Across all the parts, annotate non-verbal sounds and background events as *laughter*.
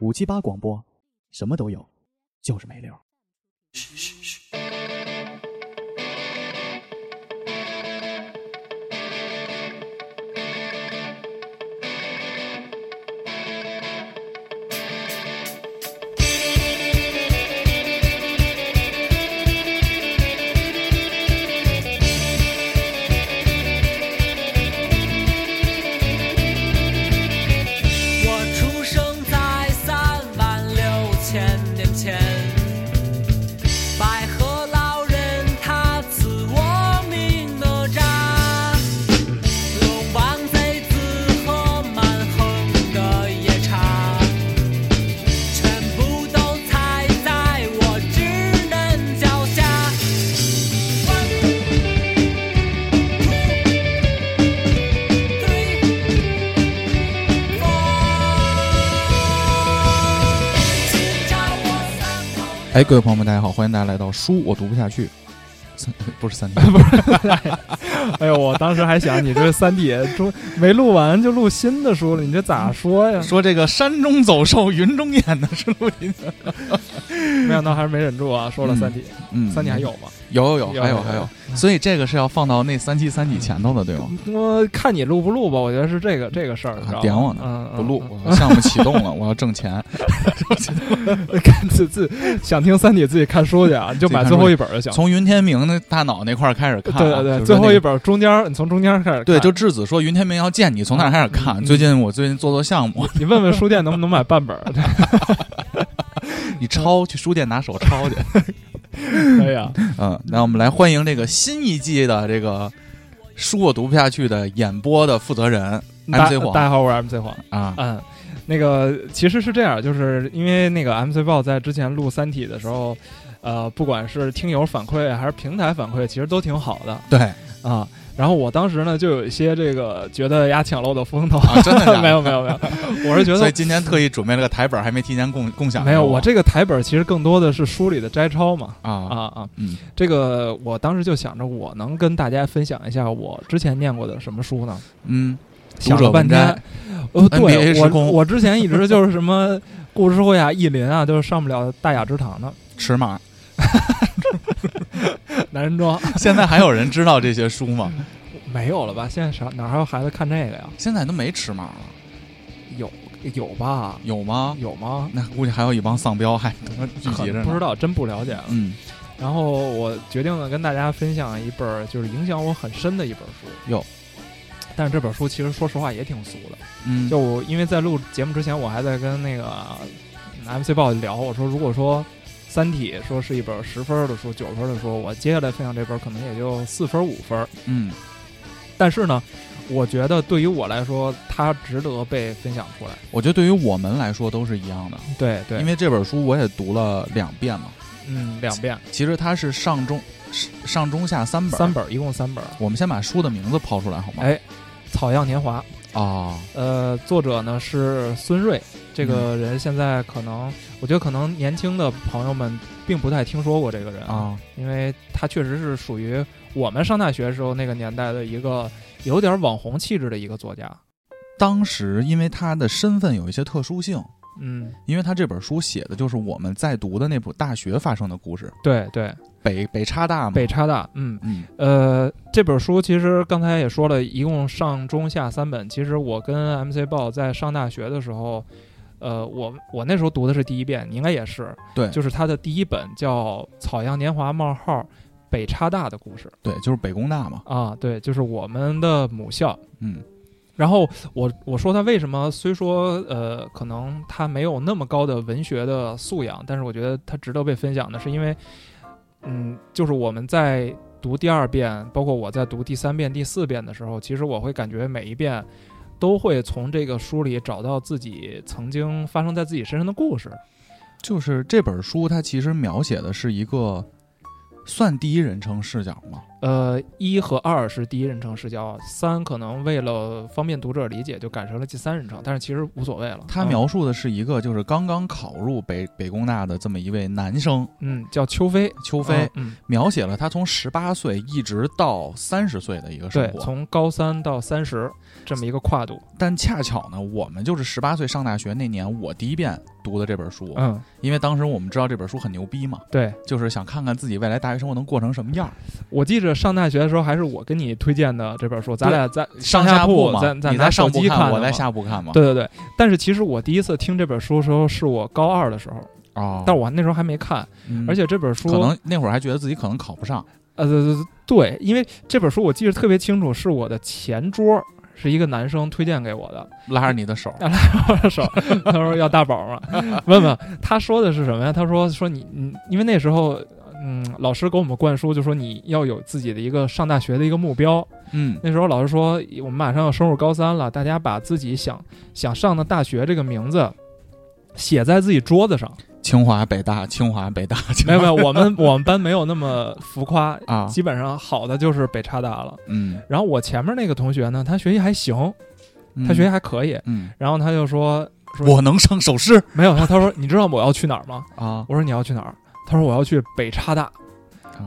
五七八广播，什么都有，就是没溜。我出生在三万六千年前，百合老人他赐我名哪吒，龙王贼子和蛮横的夜叉，全部都踩在我稚嫩脚下。One, two, three. Hey. 哎，各位朋友们，大家好，欢迎大家来到书我读不下去，三不是三天，哎呦，我当时还想你这三 D 中没录完就录新的书了，你这咋 *laughs* 说呀？说这个山中走兽云中雁的是陆林，没想到还是没忍住啊，说了嗯三体，嗯三体还有吗？有有有，有还有有还有，有所以这个是要放到那三期三体前头的，对吗？我看你录不录吧，我觉得是这个这个事儿，你知道吗嗯啊点我呢嗯，嗯不录，嗯我项目启动了，我要挣钱。嗯 *laughs* 看自自想听三体自己看书去啊，你就买最后一本就行。从云天明的大脑那块儿开始看啊， *laughs* 对对就对，是最那后个一本中间儿，你从中间儿开始看。对，就质子说云天明要见你，从哪儿开始看？嗯最近我最近做做项目，你问问书店能不能买 *laughs* 半本儿？你抄去书店拿手抄去。哎呀，嗯，那我们来欢迎这个新一季的这个书我读不下去的演播的负责人大 MC 大黄家好，我是 MC 黄。啊， *laughs* 嗯，那个其实是这样，就是因为那个 MC 报在之前录《三体》的时候，呃，不管是听友反馈还是平台反馈，其实都挺好的对啊，啊。然后我当时呢，就有一些这个觉得压抢了我的风头，啊 *laughs* 真的假的没有没有没有， *laughs* 我是觉所以得今天特意准备了个台本，还没提前共共享给。没有，我这个台本其实更多的是书里的摘抄嘛。啊啊，啊！嗯，这个我当时就想着，我能跟大家分享一下我之前念过的什么书呢？嗯，想读者了半文摘天，呃， NBA 对时空我我之前一直就是什么故事会啊、意林啊，都是上不了大雅之堂的尺码， *laughs* 男人装，现在还有人知道这些书吗？没有了吧？现在啥哪还有孩子看这个呀？现在都没尺码了，有有吧？有吗？有吗？那估计还有一帮丧彪还他妈聚集着呢。不知道，真不了解了。嗯，然后我决定呢，跟大家分享一本儿就是影响我很深的一本书。哟，但是这本书其实说实话也挺俗的。嗯，就我因为在录节目之前，我还在跟那个嗯 MC 报聊，我说如果说《三体》说是一本十分儿的书、九分儿的书，我接下来分享这本可能也就四分儿五分儿。嗯，但是呢，我觉得对于我来说，它值得被分享出来。我觉得对于我们来说都是一样的，对对，因为为这本书我也读了两遍嘛。嗯，两遍其实它是上中是上中下三本。三本儿，一共三本儿。我们先把书的名字抛出来好吗？哎，《草样年华》啊，呃，作者呢是孙瑞，这个人现在可能，我觉得可能年轻的朋友们并不太听说过这个人啊，因为他确实是属于我们上大学时候那个年代的一个有点网红气质的一个作家。当时因为他的身份有一些特殊性，嗯，因为他这本书写的就是我们在读的那部大学发生的故事，对对，北北叉大嘛。北叉大，嗯，嗯呃，这本书其实刚才也说了，一共上中下三本。其实我跟 MC 报在上大学的时候，呃，我我那时候读的是第一遍，你应该也是，对就是他的第一本叫《草样年华：冒号北叉大的故事对，就是北工大嘛。》啊，对，就是我们的母校。嗯然后我我说他为什么虽说呃可能他没有那么高的文学的素养，但是我觉得他值得被分享的是因为，嗯，就是我们在读第二遍，包括我在读第三遍、第四遍的时候，其实我会感觉每一遍都会从这个书里找到自己曾经发生在自己身上的故事。就是这本书它其实描写的是一个算第一人称视角嘛。呃，一和二是第一人称视角，三可能为了方便读者理解就改成了第三人称，但是其实无所谓了。他嗯描述的是一个就是刚刚考入北北工大的这么一位男生嗯叫邱飞，邱邱飞，嗯。描写了他从十八岁一直到三十岁的一个生对，活。从高三到三十这么一个跨度。但恰巧呢，我们就是十八岁上大学那年，我第一遍读的这本书，嗯，因为当时我们知道这本书很牛逼嘛，对就是想看看自己未来大学生活能过成什么样儿。我记着上大学的时候还是我给你推荐的这本书，咱俩在上下铺嘛，咱咱你拿在手上铺机看的嘛，我在下铺看嘛。对对对，但是其实我第一次听这本书的时候是我高二的时候，哦，但我那时候还没看，嗯而且这本书可能那会儿还觉得自己可能考不上。呃对对对，因为这本书我记得特别清楚，是我的前桌是一个男生推荐给我的，拉着你的手， *laughs* 手，他说要大宝嘛， *laughs* 问问他说的是什么呀？他说说你你，因为那时候嗯，老师给我们灌输就说你要有自己的一个上大学的一个目标。嗯，那时候老师说我们马上要升入高三了，大家把自己想想上的大学这个名字。写在自己桌子上，清华北大，清华北大，清华没有没有，我们我们班没有那么浮夸，啊，基本上好的就是北叉大了。嗯，然后我前面那个同学呢，他学习还行，他学习习，还可以，嗯，然后他就说说我能上首师没有，他他说你知道我要去哪儿吗？啊。我说你要去哪儿？他说我要去北叉大。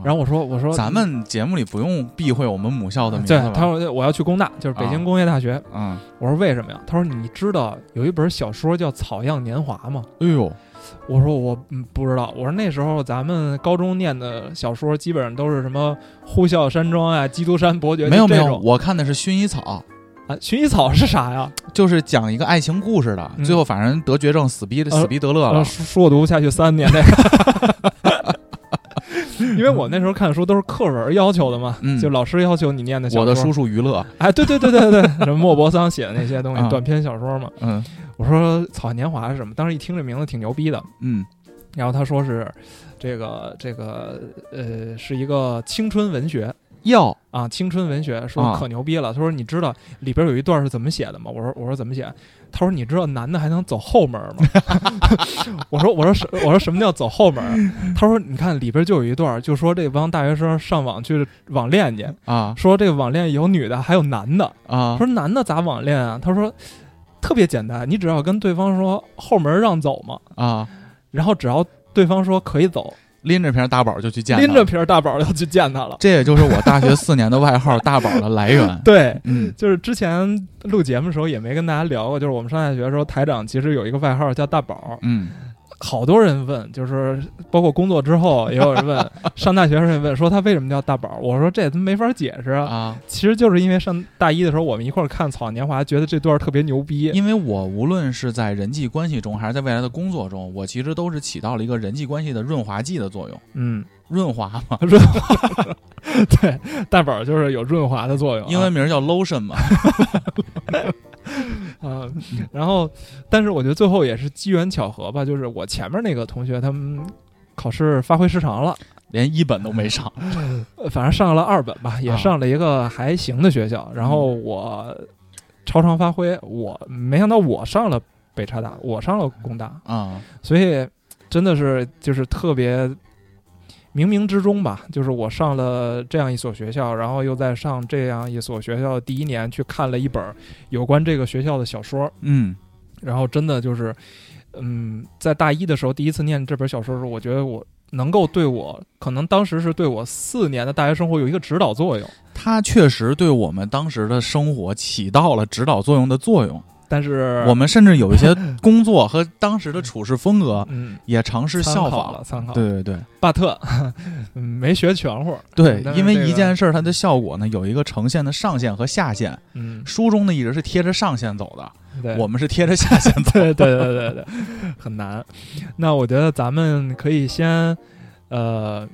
然后我说我说咱们节目里不用避讳我们母校的名字对吧，啊他说我要去工大，就是北京工业大学。嗯，我说为什么呀？他说你知道有一本小说叫《草样年华》吗？哎呦，我说我嗯不知道。我说那时候咱们高中念的小说基本上都是什么《呼啸山庄》呀、《基督山伯爵》没有就没这有，种我看的是薰衣草，啊，《薰衣草》是啥呀？就是讲一个爱情故事的，嗯呃最后反正得绝症死逼死逼得乐然后了，书书我读不下去三年那个。 *laughs* 因为我那时候看的书都是课文要求的嘛，嗯就老师要求你呃念的小说。我的叔叔娱乐，哎，对对对对对，什么莫泊桑写的那些东西，啊短篇小说嘛。嗯我说《草年华》是什么？当时一听这名字挺牛逼的，嗯然后他说是这个这个呃是一个青春文学药，啊，青春文学说啊可牛逼了。他说你知道里边有一段是怎么写的吗？我说我说怎么写？他说你知道男的还能走后门吗？ *laughs* 我说我说什我说什么叫走后门？他说你看里边就有一段，就说这帮大学生上网去网恋去，啊说这个网恋有女的还有男的。啊我，说男的咋网恋啊？他说特别简单，你只要跟对方说后门让走嘛，啊，然后只要对方说可以走，拎着瓶大宝就去见他，拎着瓶大宝就去见他了。 *laughs* 这也就是我大学四年的外号“大宝”的来源。对，嗯就是之前录节目的时候也没跟大家聊过，就是我们上大学的时候，台长其实有一个外号叫大宝，嗯，好多人问，就是包括工作之后也有人问，上大学的时候也问说他为什么叫大宝，我说这他妈没法解释啊，啊，其实就是因为上大一的时候我们一块儿看《草年华》，觉得这段特别牛逼，因为我无论是在人际关系中，还是在未来的工作中，我其实都是起到了一个人际关系的润滑剂的作用，嗯。润滑嘛，润滑， *laughs* 对，大宝就是有润滑的作用 *laughs* 啊、英文名叫 lotion 嘛。啊、 *laughs* 然后，但是我觉得最后也是机缘巧合吧，就是我前面那个同学他们考试发挥失常了，连一本都没 *laughs* 上，呃反正上了二本吧，也啊上了一个还行的学校，然后我超常发挥，我没想到我上了北叉大，我上了工大，啊、所以真的是就是特别冥冥之中吧，就是我上了这样一所学校，然后又在上这样一所学校的第一年去看了一本有关这个学校的小说，嗯，然后真的就是，嗯，在大一的时候第一次念这本小说的时候，我觉得我。能够对我，可能当时是对我四年的大学生活有一个指导作用，它确实对我们当时的生活起到了指导作用的作用。但是我们甚至有一些工作和当时的处事风格嗯也尝试参效考仿了。参考，对对对巴特 *laughs* 嗯没学全乎，但对，是因为这个一件事儿它的效果呢有一个呈现的上限和下限，嗯，书中的一直是贴着上限走的，对，我们是贴着下限 *laughs* 走对对对对对，很难。那我觉得咱们可以先，呃，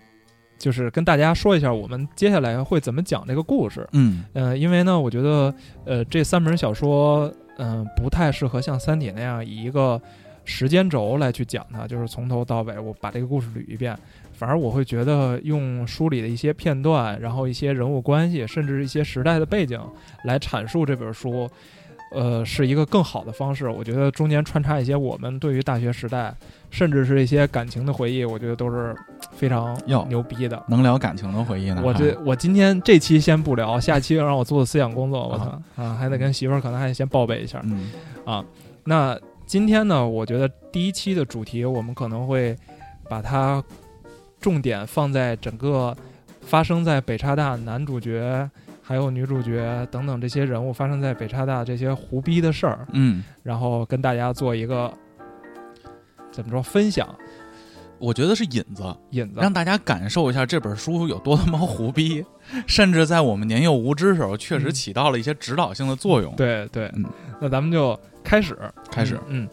就是跟大家说一下我们接下来会怎么讲这个故事。嗯呃，因为呢，我觉得呃这三本小说，嗯、不太适合像《三体》那样以一个时间轴来去讲它，就是从头到尾我把这个故事捋一遍。反而我会觉得用书里的一些片段，然后一些人物关系，甚至一些时代的背景来阐述这本书，呃，是一个更好的方式。我觉得中间穿插一些我们对于大学时代，甚至是一些感情的回忆，我觉得都是非常哟牛逼的。能聊感情的回忆呢。我还这我今天这期先不聊，下期要让我做的思想工作，我操啊啊，还得跟媳妇儿可能还得先报备一下。嗯那今天呢，我觉得第一期的主题我们可能会把它重点放在整个发生在北叉大男主角还有女主角等等这些人物发生在北叉大这些胡逼的事儿，嗯，然后跟大家做一个怎么说分享我觉得是引子，引子，让大家感受一下这本书有多他妈胡逼，甚至在我们年幼无知时候，确实嗯起到了一些指导性的作用。，对对，嗯那咱们就开始开始，嗯，嗯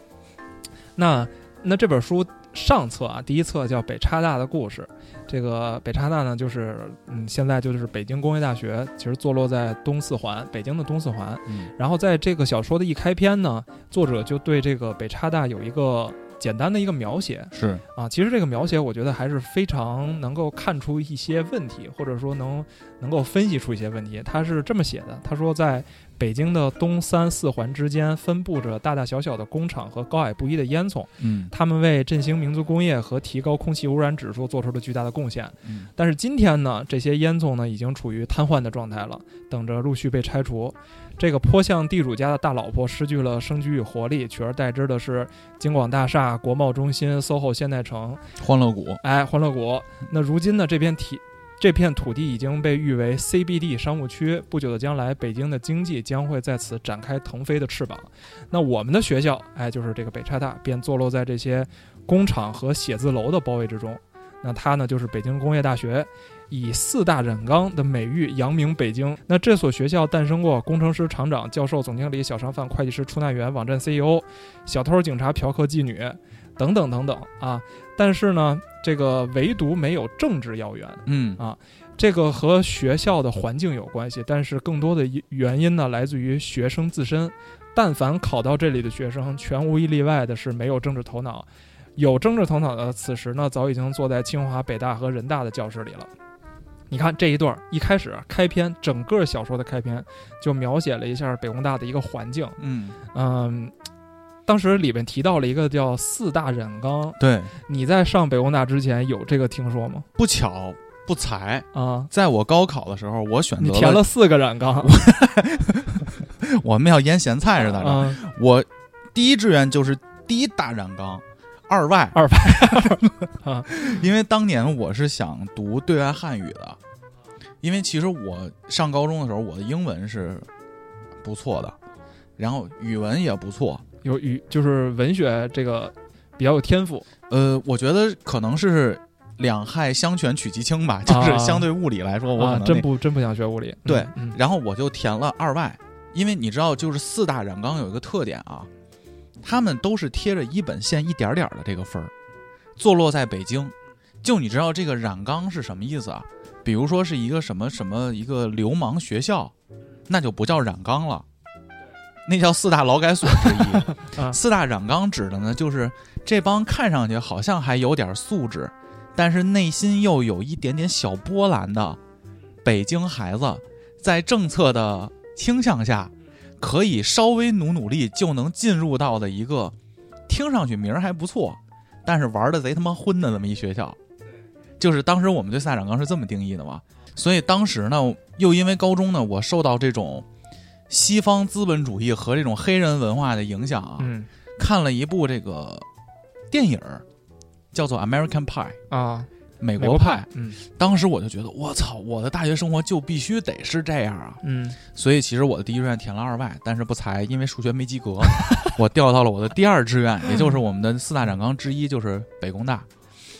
那那这本书上册啊，第一册叫《北叉大的故事》。这个北叉大呢，就是嗯，现在就是北京工业大学，其实坐落在东四环，北京的东四环。嗯然后在这个小说的一开篇呢，作者就对这个北叉大有一个简单的一个描写，是啊，其实这个描写我觉得还是非常能够看出一些问题，或者说能能够分析出一些问题。他是这么写的，他说在北京的东三四环之间分布着大大小小的工厂和高矮不一的烟囱，嗯它们为振兴民族工业和提高空气污染指数做出了巨大的贡献。嗯但是今天呢，这些烟囱呢已经处于瘫痪的状态了，等着陆续被拆除。这个颇像地主家的大老婆失去了生机与活力，取而代之的是京广大厦、国贸中心、SOHO 现代城欢乐谷，哎，欢乐谷。那如今呢，这片体这片土地已经被誉为 CBD 商务区。不久的将来，北京的经济将会在此展开腾飞的翅膀。那我们的学校，哎，就是这个北叉大，便坐落在这些工厂和写字楼的包围之中。那它呢，就是北京工业大学。以四大染缸的美誉扬名北京。那这所学校诞生过工程师、厂长、教授、总经理、小商贩、会计师、出纳员、网站 CEO、小偷、警察、嫖客、妓女等等等等啊。但是呢，这个唯独没有政治要员，嗯啊这个和学校的环境有关系，但是更多的一原因呢，来自于学生自身。但凡考到这里的学生，全无一例外的是没有政治头脑。有政治头脑的，此时呢，早已经坐在清华、北大和人大的教室里了。你看这一段儿，一开始开篇，整个小说的开篇就描写了一下北工大的一个环境。嗯，嗯，当时里面提到了一个叫“四大染缸”，对，你在上北工大之前有这个听说吗？不巧不才，啊，在我高考的时候，我选你择填了四个染缸，我们要腌咸菜似的，啊，我第一志愿就是第一大染缸。二外，二外 *laughs* 啊，因为当年我是想读对外汉语的，因为其实我上高中的时候，我的英文是不错的，然后语文也不错，有语就是文学这个比较有天赋，呃，我觉得可能是两害相权取其轻吧，就是啊相对物理来说，我可啊，能那真不真不想学物理，嗯对嗯然后我就填了二外，因为你知道，就是四大染缸有一个特点啊，他们都是贴着一本线一点点儿的这个分儿，坐落在北京。就你知道这个染缸是什么意思啊？比如说是一个什么什么一个流氓学校，那就不叫染缸了，那叫四大劳改所之一。啊四大染缸指的呢，就是这帮看上去好像还有点素质，但是内心又有一点点小波澜的北京孩子，在政策的倾向下，可以稍微努努力就能进入到的一个听上去名儿还不错，但是玩的贼他妈昏的那么一学校。就是当时我们对萨展刚是这么定义的嘛，所以当时呢，又因为高中呢，我受到这种西方资本主义和这种黑人文化的影响啊，嗯看了一部这个电影儿，叫做《American Pie》啊，美美国派派。，嗯当时我就觉得，我操，我的大学生活就必须得是这样啊！嗯所以其实我的第一志愿填了二外，但是不才，因为数学没及 *laughs* 格，我调到了我的第二志愿，也就是我们的四大染缸之一，就是北工大。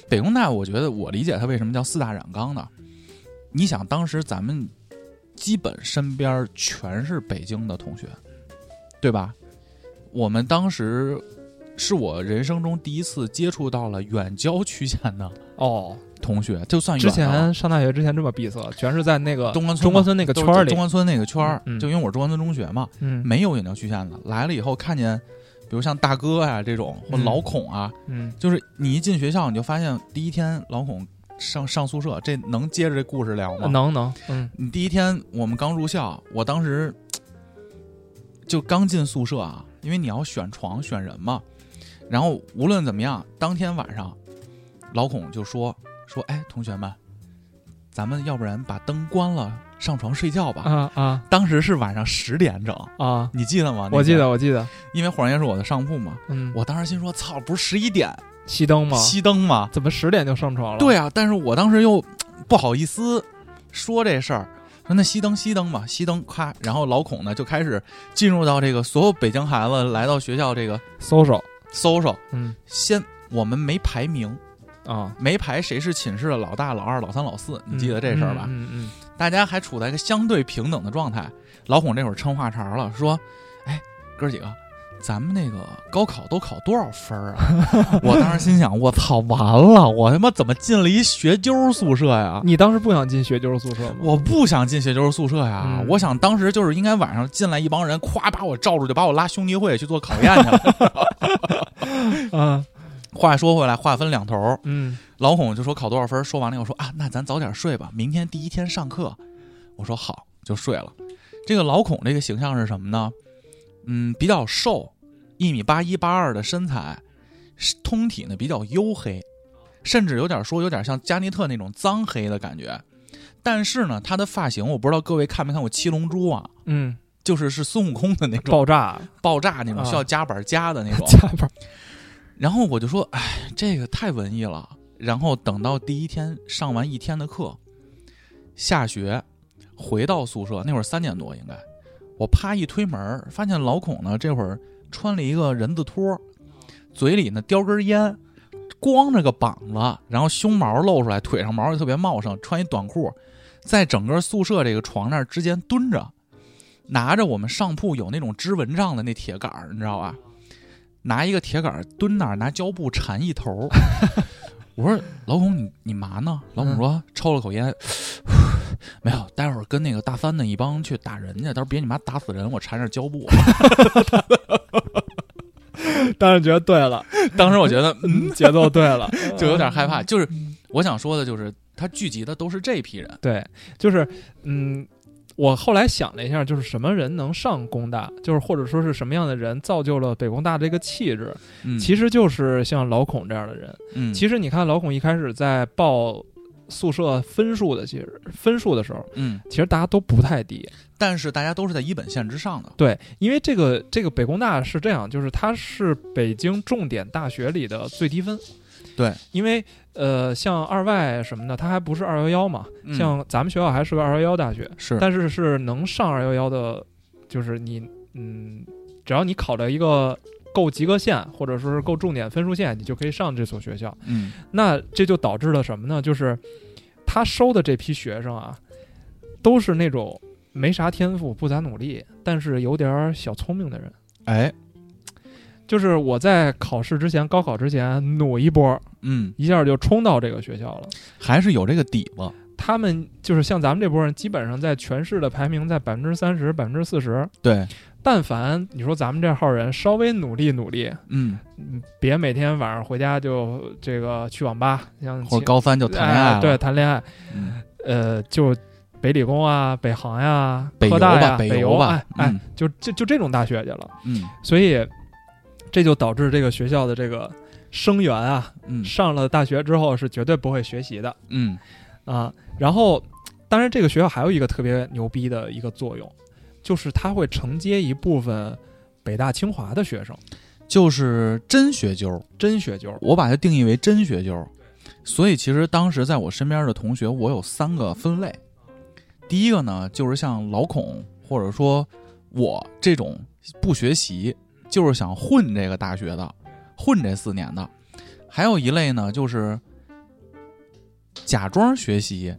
北工大，我觉得我理解它为什么叫四大染缸呢？你想，当时咱们基本身边全是北京的同学，对吧？我们当时是我人生中第一次接触到了远郊区县的哦，同学，就算远之了啊前上大学之前这么闭塞，全是在那个东关村嘛中关村那个圈儿都是里中，关村那个圈儿，嗯嗯就因为我是中关村中学嘛，嗯没有远郊区县的。来了以后看见，比如像大哥啊这种或嗯老孔啊，嗯就是你一进学校你就发现，第一天老孔上上宿舍，这能接着这故事聊吗？能能嗯你第一天我们刚入校，我当时就刚进宿舍啊，因为你要选床选人嘛。然后无论怎么样，当天晚上，老孔就说说，哎，同学们，咱们要不然把灯关了，上床睡觉吧。啊啊当时是晚上十点整，啊，你记得吗？那我记天得，我记得，因为火然间是我的上铺嘛。嗯，我当时心说，操，不是十一点熄灯吗？熄灯吗？怎么十点就上床了？对啊，但是我当时又不好意思说这事儿，说那熄灯熄灯吧，熄灯，咔，然后老孔呢就开始进入到这个所有北京孩子来到学校这个，social， social，嗯先我们没排名，啊，没排谁是寝室的老大、老二、老三、老四，你记得这事儿吧？嗯嗯大家还处在一个相对平等的状态。老孔这会儿抻话茬了，说：“哎，哥几个，咱们那个高考都考多少分儿啊？” *laughs* 我当时心想：“我操，完了，我他妈怎么进了一学究宿舍呀嗯，？”你当时不想进学究宿舍 *laughs* 吗？我不想进学究宿舍呀，嗯我想当时就是应该晚上进来一帮人，咵把我罩住，就把我拉兄弟会去做考验去了。啊，话说回来，话分两头儿，嗯老孔就说考多少分儿，说完了以后说啊，那咱早点睡吧，明天第一天上课。我说好，就睡了。这个老孔这个形象是什么呢？嗯，比较瘦，一米八一八二的身材，是通体呢比较黝黑，甚至有点说有点像加内特那种脏黑的感觉。但是呢，他的发型我不知道各位看没看过《七龙珠》啊，嗯，就是是孙悟空的那种爆炸爆炸那种，啊需要夹板夹的那种。 *laughs* 加班，然后我就说，哎，这个太文艺了。然后等到第一天上完一天的课，下学回到宿舍，那会儿三点多应该，我啪一推门儿，发现老孔呢这会儿穿了一个人字拖，嘴里呢叼根烟，光着个膀子，然后胸毛露出来，腿上毛也特别茂盛，穿一短裤，在整个宿舍这个床那儿之间蹲着，拿着我们上铺有那种织蚊帐的那铁杆儿，你知道吧？拿一个铁杆儿蹲那儿，拿胶布缠一头儿。我说老孔，你你嘛呢？老孔说、抽了口烟， *sighs* 没有，待会儿跟那个大三的一帮去打人去，到时候别你妈打死人，我缠着胶布。 *laughs* 当然觉得对 *laughs* 了，当时我觉得，嗯，嗯，节奏对了，就有点害怕。就是我想说的，就是他聚集的都是这批人，对，就是嗯，我后来想了一下，就是什么人能上工大，就是或者说是什么样的人造就了北工大这个气质，嗯，其实就是像老孔这样的人。嗯，其实你看老孔一开始在报宿舍分数的，其实分数的时候，嗯，其实大家都不太低。但是大家都是在一本线之上的，对，因为这个这个北工大是这样，就是它是北京重点大学里的最低分。对，因为呃，像二外什么的，它还不是二幺幺嘛，嗯像咱们学校还是个二幺幺大学，是但是是能上二幺幺的，就是你嗯，只要你考了一个够及格线，或者说是够重点分数线，你就可以上这所学校。嗯那这就导致了什么呢？就是他收的这批学生啊，都是那种没啥天赋、不咋努力，但是有点儿小聪明的人。哎就是我在考试之前、高考之前努一波，嗯，一下就冲到这个学校了。还是有这个底子，他们就是像咱们这波人，基本上在全市的排名在百分之三十、百分之四十。对，但凡你说咱们这号人稍微努力努力，嗯，嗯别每天晚上回家就这个去网吧，像或者高三就谈恋爱哎了，对，谈恋爱，嗯，呃，就北理工啊、北航呀、北科邮大呀、吧，北邮吧哎，哎，嗯就就就这种大学去了，嗯所以这就导致这个学校的这个生源啊，嗯上了大学之后是绝对不会学习的嗯啊。然后，当然这个学校还有一个特别牛逼的一个作用，就是它会承接一部分北大清华的学生，就是真学究，真学究。我把它定义为真学究。所以其实当时在我身边的同学，我有三个分类。第一个呢，就是像老孔或者说我这种不学习，就是想混这个大学的，混这四年的。还有一类呢，就是假装学习，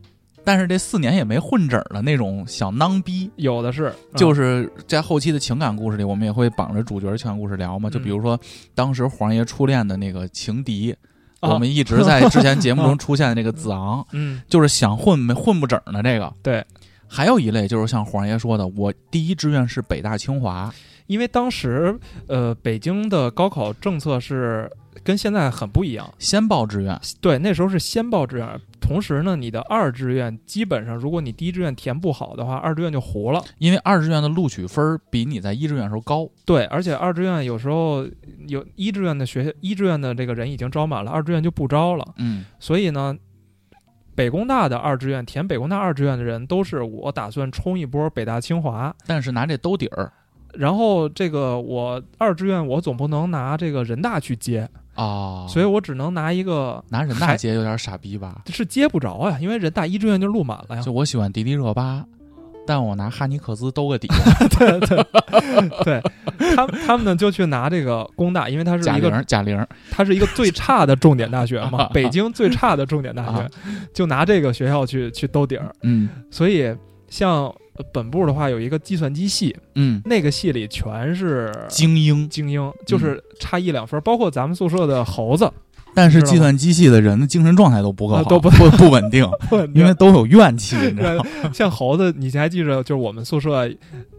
但是这四年也没混整儿的那种小囊逼。有的是，就是是在后期的情感故事里，我们也会绑着主角情感故事聊嘛。就比如说，当时黄爷初恋的那个情敌，我们一直在之前节目中出现的那个 *laughs* 子昂，啊嗯，就是想混没混不整的这个。对，还有一类就是像黄爷说的，我第一志愿是北大清华，因为当时呃，北京的高考政策是跟现在很不一样。先报志愿。对，那时候是先报志愿，同时呢，你的二志愿基本上，如果你第一志愿填不好的话，二志愿就糊了。因为二志愿的录取分儿比你在一志愿的时候高，对，而且二志愿有时候有一志愿的学一志愿的这个人已经招满了，二志愿就不招了。嗯，所以呢，北工大的二志愿填北工大二志愿的人都是我打算冲一波北大清华，但是拿这兜底儿然后这个我二志愿我总不能拿这个人大去接，啊，所以我只能拿一个拿人大街有点傻逼吧？是接不着啊呀，因为人大一志愿就录满了呀。就我喜欢迪丽热巴，但我拿哈尼克孜兜个底，对对对，他们他们呢就去拿这个工大，因为它是贾一个玲，贾玲，它是一个最差的重点大学 *laughs* 嘛，北京最差的重点大学啊，就拿这个学校去去兜底儿。嗯所以像本部的话，有一个计算机系，嗯，那个系里全是精英。精英，嗯就是差一两分儿，包括咱们宿舍的猴子， *laughs* 但是计算机系的人的精神状态呃都不够好，啊都不不不稳 *laughs* 定， *laughs* 因为都有怨气，你 *laughs* 知道吗？ *laughs* 像猴子，你还记着，就是我们宿舍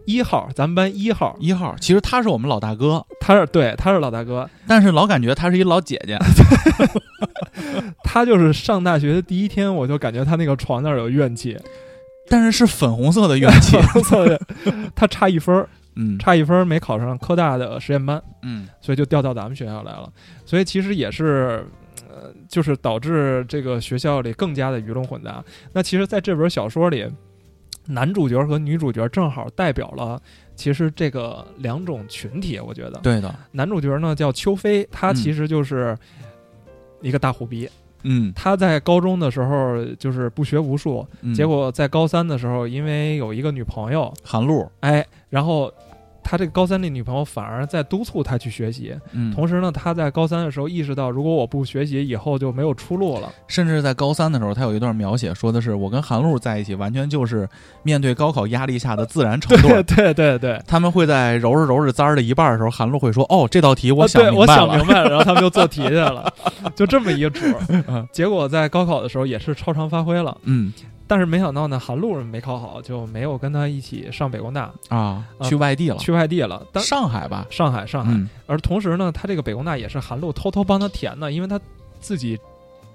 一号，咱们班一号，一号其实他是我们老大哥，他是对，他是老大哥，但是老感觉他是一老姐姐。他就是上大学的第一天，我就感觉他那个床那儿有怨 *laughs* 气，但是是粉红色的怨 *laughs* 气。他差一分儿，嗯差一分儿没考上科大的实验班，嗯所以就调到咱们学校来了。所以其实也是，呃，就是导致这个学校里更加的鱼龙混杂。那其实，在这本小说里，男主角和女主角正好代表了其实这个两种群体。我觉得，对的，男主角呢叫邱飞，他嗯其实就是一个大虎逼。嗯，他在高中的时候就是不学无术，嗯结果在高三的时候，因为有一个女朋友，韩露，哎，然后他这个高三这女朋友反而在督促他去学习。嗯，同时呢，他在高三的时候意识到，如果我不学习，以后就没有出路 *laughs* 了。甚至在高三的时候，他有一段描写，说的是我跟韩露在一起，完全就是面对高考压力下的自然程度。 *laughs* 对对对，他们会在揉着揉着簪儿的一半的时候，韩露会说：“哦，这道题我想啊对明我白想了。明白了，然后他们就做题 *laughs* 去了，就这么一个主儿。结果在高考的时候也是超常发挥了，嗯但是没想到呢，韩露没考好，就没有跟他一起上北工大，啊，啊去外地了，去外地了。但上海吧。上海，上海。嗯而同时呢，他这个北工大也是韩露偷偷帮他填的，因为他自己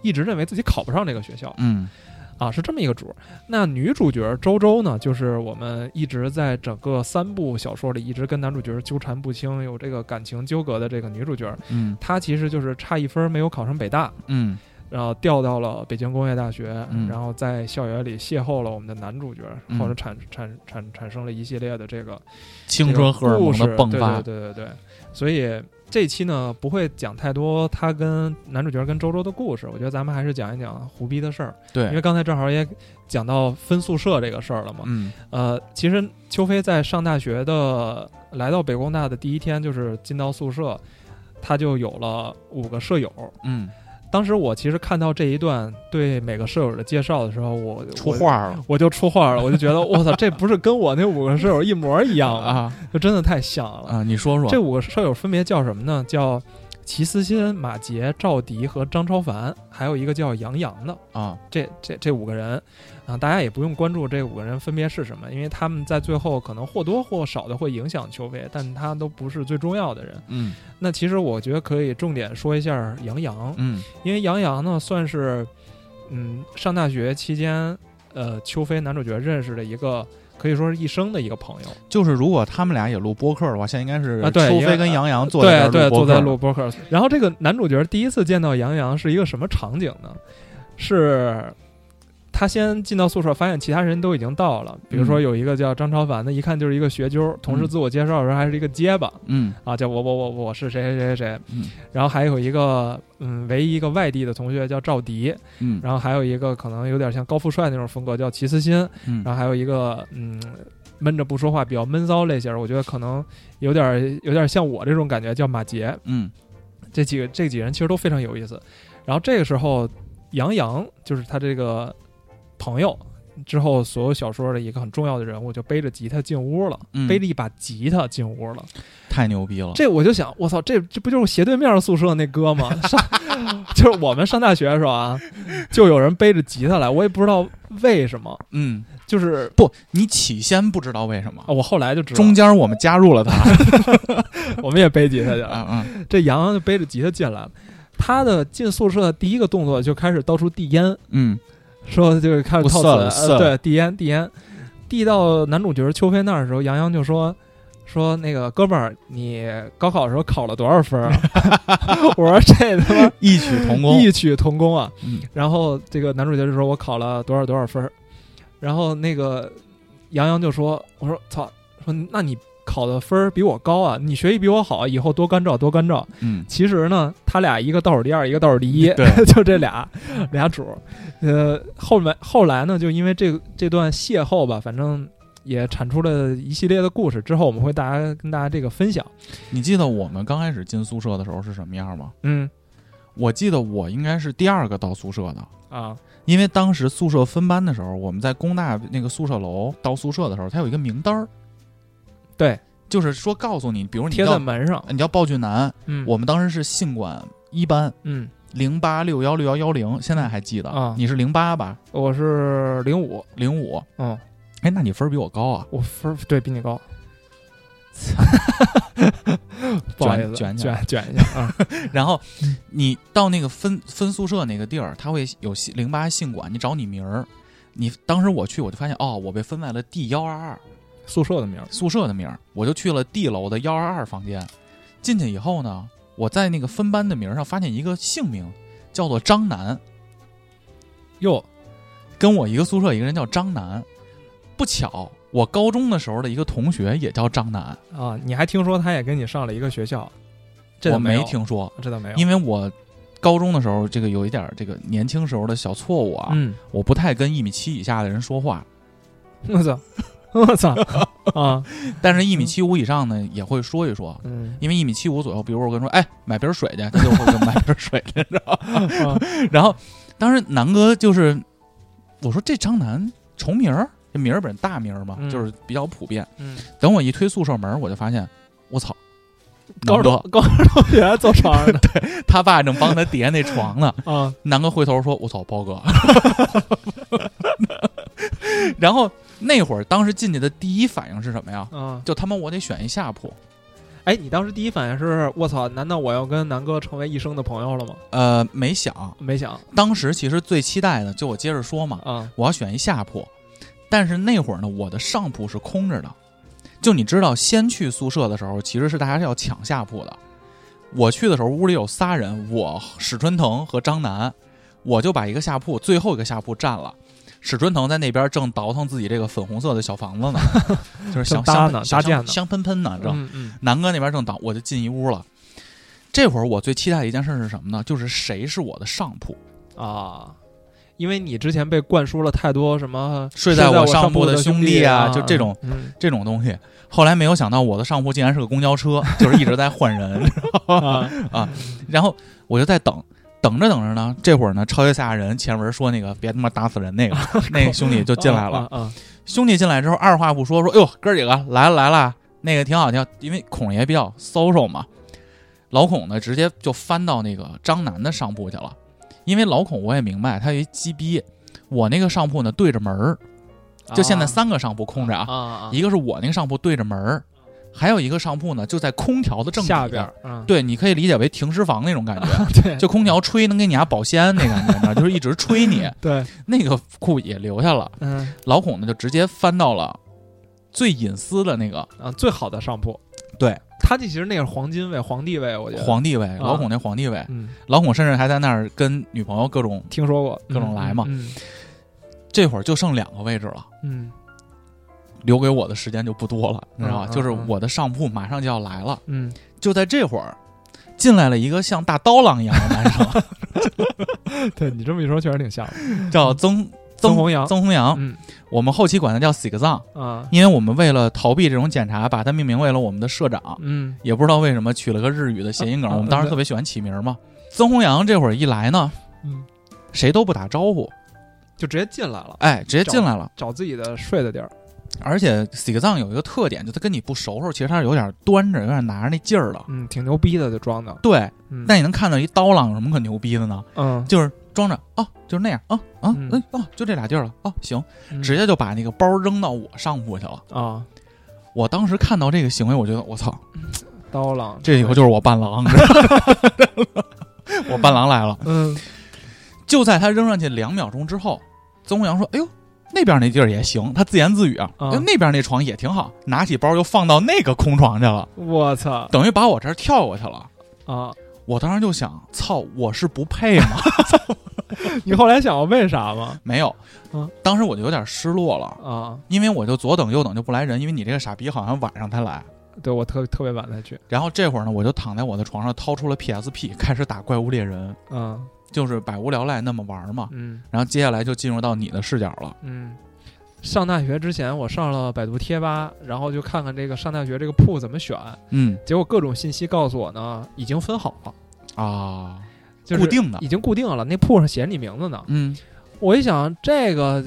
一直认为自己考不上这个学校嗯啊，是这么一个主儿。那女主角周周呢，就是我们一直在整个三部小说里一直跟男主角纠缠不清、有这个感情纠葛的这个女主角，嗯她其实就是差一分没有考上北大，嗯然后调到了北京工业大学，嗯然后在校园里邂逅了我们的男主角，嗯或者产产产产生了一系列的这个青春荷尔蒙的迸发。对对对对对，所以这期呢不会讲太多他跟男主角跟周周的故事，我觉得咱们还是讲一讲胡逼的事儿，对因为刚才正好也讲到分宿舍这个事儿了嘛。嗯呃，其实邱飞在上大学的来到北工大的第一天，就是进到宿舍，他就有了五个舍友。嗯，当时我其实看到这一段对每个舍友的介绍的时候，我出我画了我就出画了，我就觉得我操，这不是跟我那五个舍友一模一样吗？啊就真的太像了。啊！你说说这五个舍友分别叫什么呢？叫齐思欣、马杰、赵迪和张超凡，还有一个叫杨洋的。啊，这这这五个人啊，大家也不用关注这五个人分别是什么，因为他们在最后可能或多或少的会影响邱飞，但他都不是最重要的人。嗯那其实我觉得可以重点说一下杨洋，嗯因为杨洋呢算是嗯上大学期间呃邱飞男主角认识的一个可以说是一生的一个朋友。就是如果他们俩也录播客的话，现在应该是啊对邱应飞该跟杨洋坐在对这儿对，播坐客在录播客。然后这个男主角第一次见到杨洋是一个什么场景呢？是他先进到宿舍，发现其他人都已经到了。比如说嗯有一个叫张超凡的，一看就是一个学究，同时嗯自我介绍的时候还是一个结巴嗯啊，叫我我我我是谁谁谁谁嗯。然后还有一个嗯，唯一一个外地的同学叫赵迪，嗯然后还有一个可能有点像高富帅那种风格叫齐思欣，嗯然后还有一个嗯，闷着不说话，比较闷骚类型儿，我觉得可能有点儿有点儿像我这种感觉，叫马杰。嗯这几个这几人其实都非常有意思。然后这个时候，杨洋就是他这个朋友之后所有小说的一个很重要的人物，就背着吉他进屋了，嗯啊背着一把吉他进屋了。太牛逼了。这我就想，我操，这这不就是斜对面宿舍那哥吗？上 *laughs* 就是我们上大学的时候啊，就有人背着吉他来，我也不知道为什么，嗯，就是不，你起先不知道为什么啊，，我后来就知道，中间我们加入了他。我们也背吉他去了。啊这杨洋就背着吉他进来了，他的进宿舍的第一个动作就开始到处递烟，嗯说就是开始我套算了词，算了呃对，递烟递烟，递到男主角邱飞那儿的时候，杨洋就说。说那个哥们儿，你高考的时候考了多少分儿啊？ *laughs* 我说这他妈嗯， *laughs* 异曲同工。异曲同工啊！嗯然后这个男主角就说：“我考了多少多少分儿。”然后那个杨洋就说：“我说操，说那你考的分儿比我高啊，你学习比我好，以后多干照多干照。”嗯，其实呢，他俩一个倒数第二，一个倒数第 *laughs* 一，对就这俩俩主儿。呃，后面后来呢，就因为这个这段邂逅吧，反正。也产出了一系列的故事，之后我们会大家跟大家这个分享。你记得我们刚开始进宿舍的时候是什么样吗？嗯我记得我应该是第二个到宿舍的，啊，因为当时宿舍分班的时候，我们在工大那个宿舍楼到宿舍的时候，它有一个名单儿，对，就是说告诉你，比如你贴在叫门上。你叫暴俊男，嗯，我们当时是信管一班嗯，零八六幺六幺幺零，现在还记得，啊你是零八吧，我是零五，零五，嗯，哎，那你分儿比我高啊，我分儿对比你高。 *laughs* 不好意思，卷卷起来卷一下啊！然后你到那个分分宿舍那个地儿，他会有零八信管，你找你名儿。你当时我去，我就发现哦，我被分在了 D 幺二二 *laughs* 宿舍的名儿，宿舍的名儿，我就去了 D 楼的幺二二房间。进去以后呢，我在那个分班的名儿上发现一个姓名，叫做张楠，哟，跟我一个宿舍一个人叫张楠。不巧，我高中的时候的一个同学也叫张楠，啊，你还听说他也跟你上了一个学校？这倒我没有，听说，这倒没有。因为我高中的时候这个有一点儿这个年轻时候的小错误啊，嗯，我不太跟一米七以下的人说话。我 *laughs* 操，我操啊，但是，一米七五以上呢，也会说一说，嗯因为一米七五左右，比如我跟他说，哎，买瓶水去，他就会给我买瓶水去，知道吧？啊， *laughs* 然后，当时南哥就是，我说这张楠重名儿，这名儿本大名儿嘛，嗯就是比较普遍。嗯，等我一推宿舍门，我就发现，我操，高南中哥高中同学还坐床上呢他爸正帮他叠那床呢。啊，南哥回头说：“我操，包哥。” *laughs* 然后那会儿，当时进去的第一反应是什么呀？啊，就他妈我得选一下铺。哎，你当时第一反应是我操，难道我要跟南哥成为一生的朋友了吗？呃，没想，没想当时其实最期待的，就我接着说嘛，啊，我要选一下铺，但是那会儿呢，我的上铺是空着的。就你知道，先去宿舍的时候，其实是大家是要抢下铺的。我去的时候，屋里有仨人，我史春腾和张楠，我就把一个下铺最后一个下铺占了。史春腾在那边正倒腾自己这个粉红色的小房子呢，就是香正搭香呢香搭建香呢香喷喷呢，正嗯嗯南哥那边正倒，我就进一屋了。这会儿我最期待的一件事是什么呢？就是谁是我的上铺，啊，因为你之前被灌输了太多什么睡在在我上上铺的的兄弟弟啊啊，就这种 *laughs* 嗯这种东西。后来没有想到我的上铺竟然是个公交车， *laughs* 就是一直在换人。 *laughs* 啊，然后我就在等，等着等着呢，这会儿呢，超级赛亚人前文说那个别他妈打死人 *laughs* 那个那个兄弟就就进来了。啊兄弟进来之后，二话不说说，哎呦，哥儿几个来了来了，那个挺好听，因为孔爷比较 social 嘛。老孔呢，直接就翻到那个张楠的上铺去了，因为老孔我也明白，他有一鸡逼，我那个上铺呢对着门儿，啊，就现在三个上铺空着啊啊，啊，一个是我那个上铺对着门儿，还有一个上铺呢就在空调的正下底边下儿，嗯对，你可以理解为停尸房那种感觉，对就空调吹能给你家保鲜那感觉，你知道，就是一直吹 *laughs* 你，对，那个裤也留下了。嗯老孔呢就直接翻到了最隐私的那个啊，最好的上铺，对他这其实那个是黄金位、皇帝位，我觉得，皇帝位，老孔那皇帝位，嗯，老孔甚至还在那儿跟女朋友各种，听说过各种来嘛嗯这会儿就剩两个位置了，嗯留给我的时间就不多了，你知道吧？嗯嗯就是我的上铺马上就要来了，嗯，就在这会儿。进来了一个像大刀郎一样的男生，嗯 *laughs* 对你这么一说，确实挺像的， *laughs* 叫曾曾弘洋曾弘洋，嗯我们后期管他叫 Six 藏，啊，因为我们为了逃避这种检查，把他命名为了我们的社长，嗯也不知道为什么取了个日语的谐音梗。嗯我们当时嗯特别喜欢起名嘛。曾弘洋这会儿一来呢，嗯，谁都不打招呼，就直接进来了，哎，直接进来了。找自己的睡的地儿，而且喜藏有一个特点，就他跟你不熟的时候，其实他是有点端着，有点拿着那劲儿了。嗯，挺牛逼的，就装的，对，嗯，但你能看到一刀郎有什么可牛逼的呢？嗯，就是装着哦，就是那样啊啊嗯嗯哦，就这俩地儿了哦，行，嗯直接就把那个包扔到我上铺去了。啊，我当时看到这个行为，我觉得我操，刀郎，这以后就是我伴 *laughs* 郎，知道吗我伴郎来了。嗯就在他扔上去两秒钟之后，曾国阳说：“哎呦，那边那地儿也行。”他自言自语啊，啊哎那边那床也挺好。拿起包又放到那个空床去了，，我操等于把我这儿跳过去了。啊！我当时就想，操，我是不配 *laughs* 吗？你后来想过为啥吗？没有嗯，当时我就有点失落了，啊，因为我就左等右等就不来人，因为你这个傻逼好像晚上才来。对我特特别晚才去，然后这会儿呢，我就躺在我的床上，掏出了 PSP，开始打怪物猎人，嗯就是百无聊赖那么玩嘛。嗯然后接下来就进入到你的视角了。嗯，上大学之前，我上了百度贴吧，然后就看看这个上大学这个铺怎么选。嗯结果各种信息告诉我呢，已经分好了，啊，就是固定的已，经固定了，那铺上写着你名字呢。嗯，我一想，这个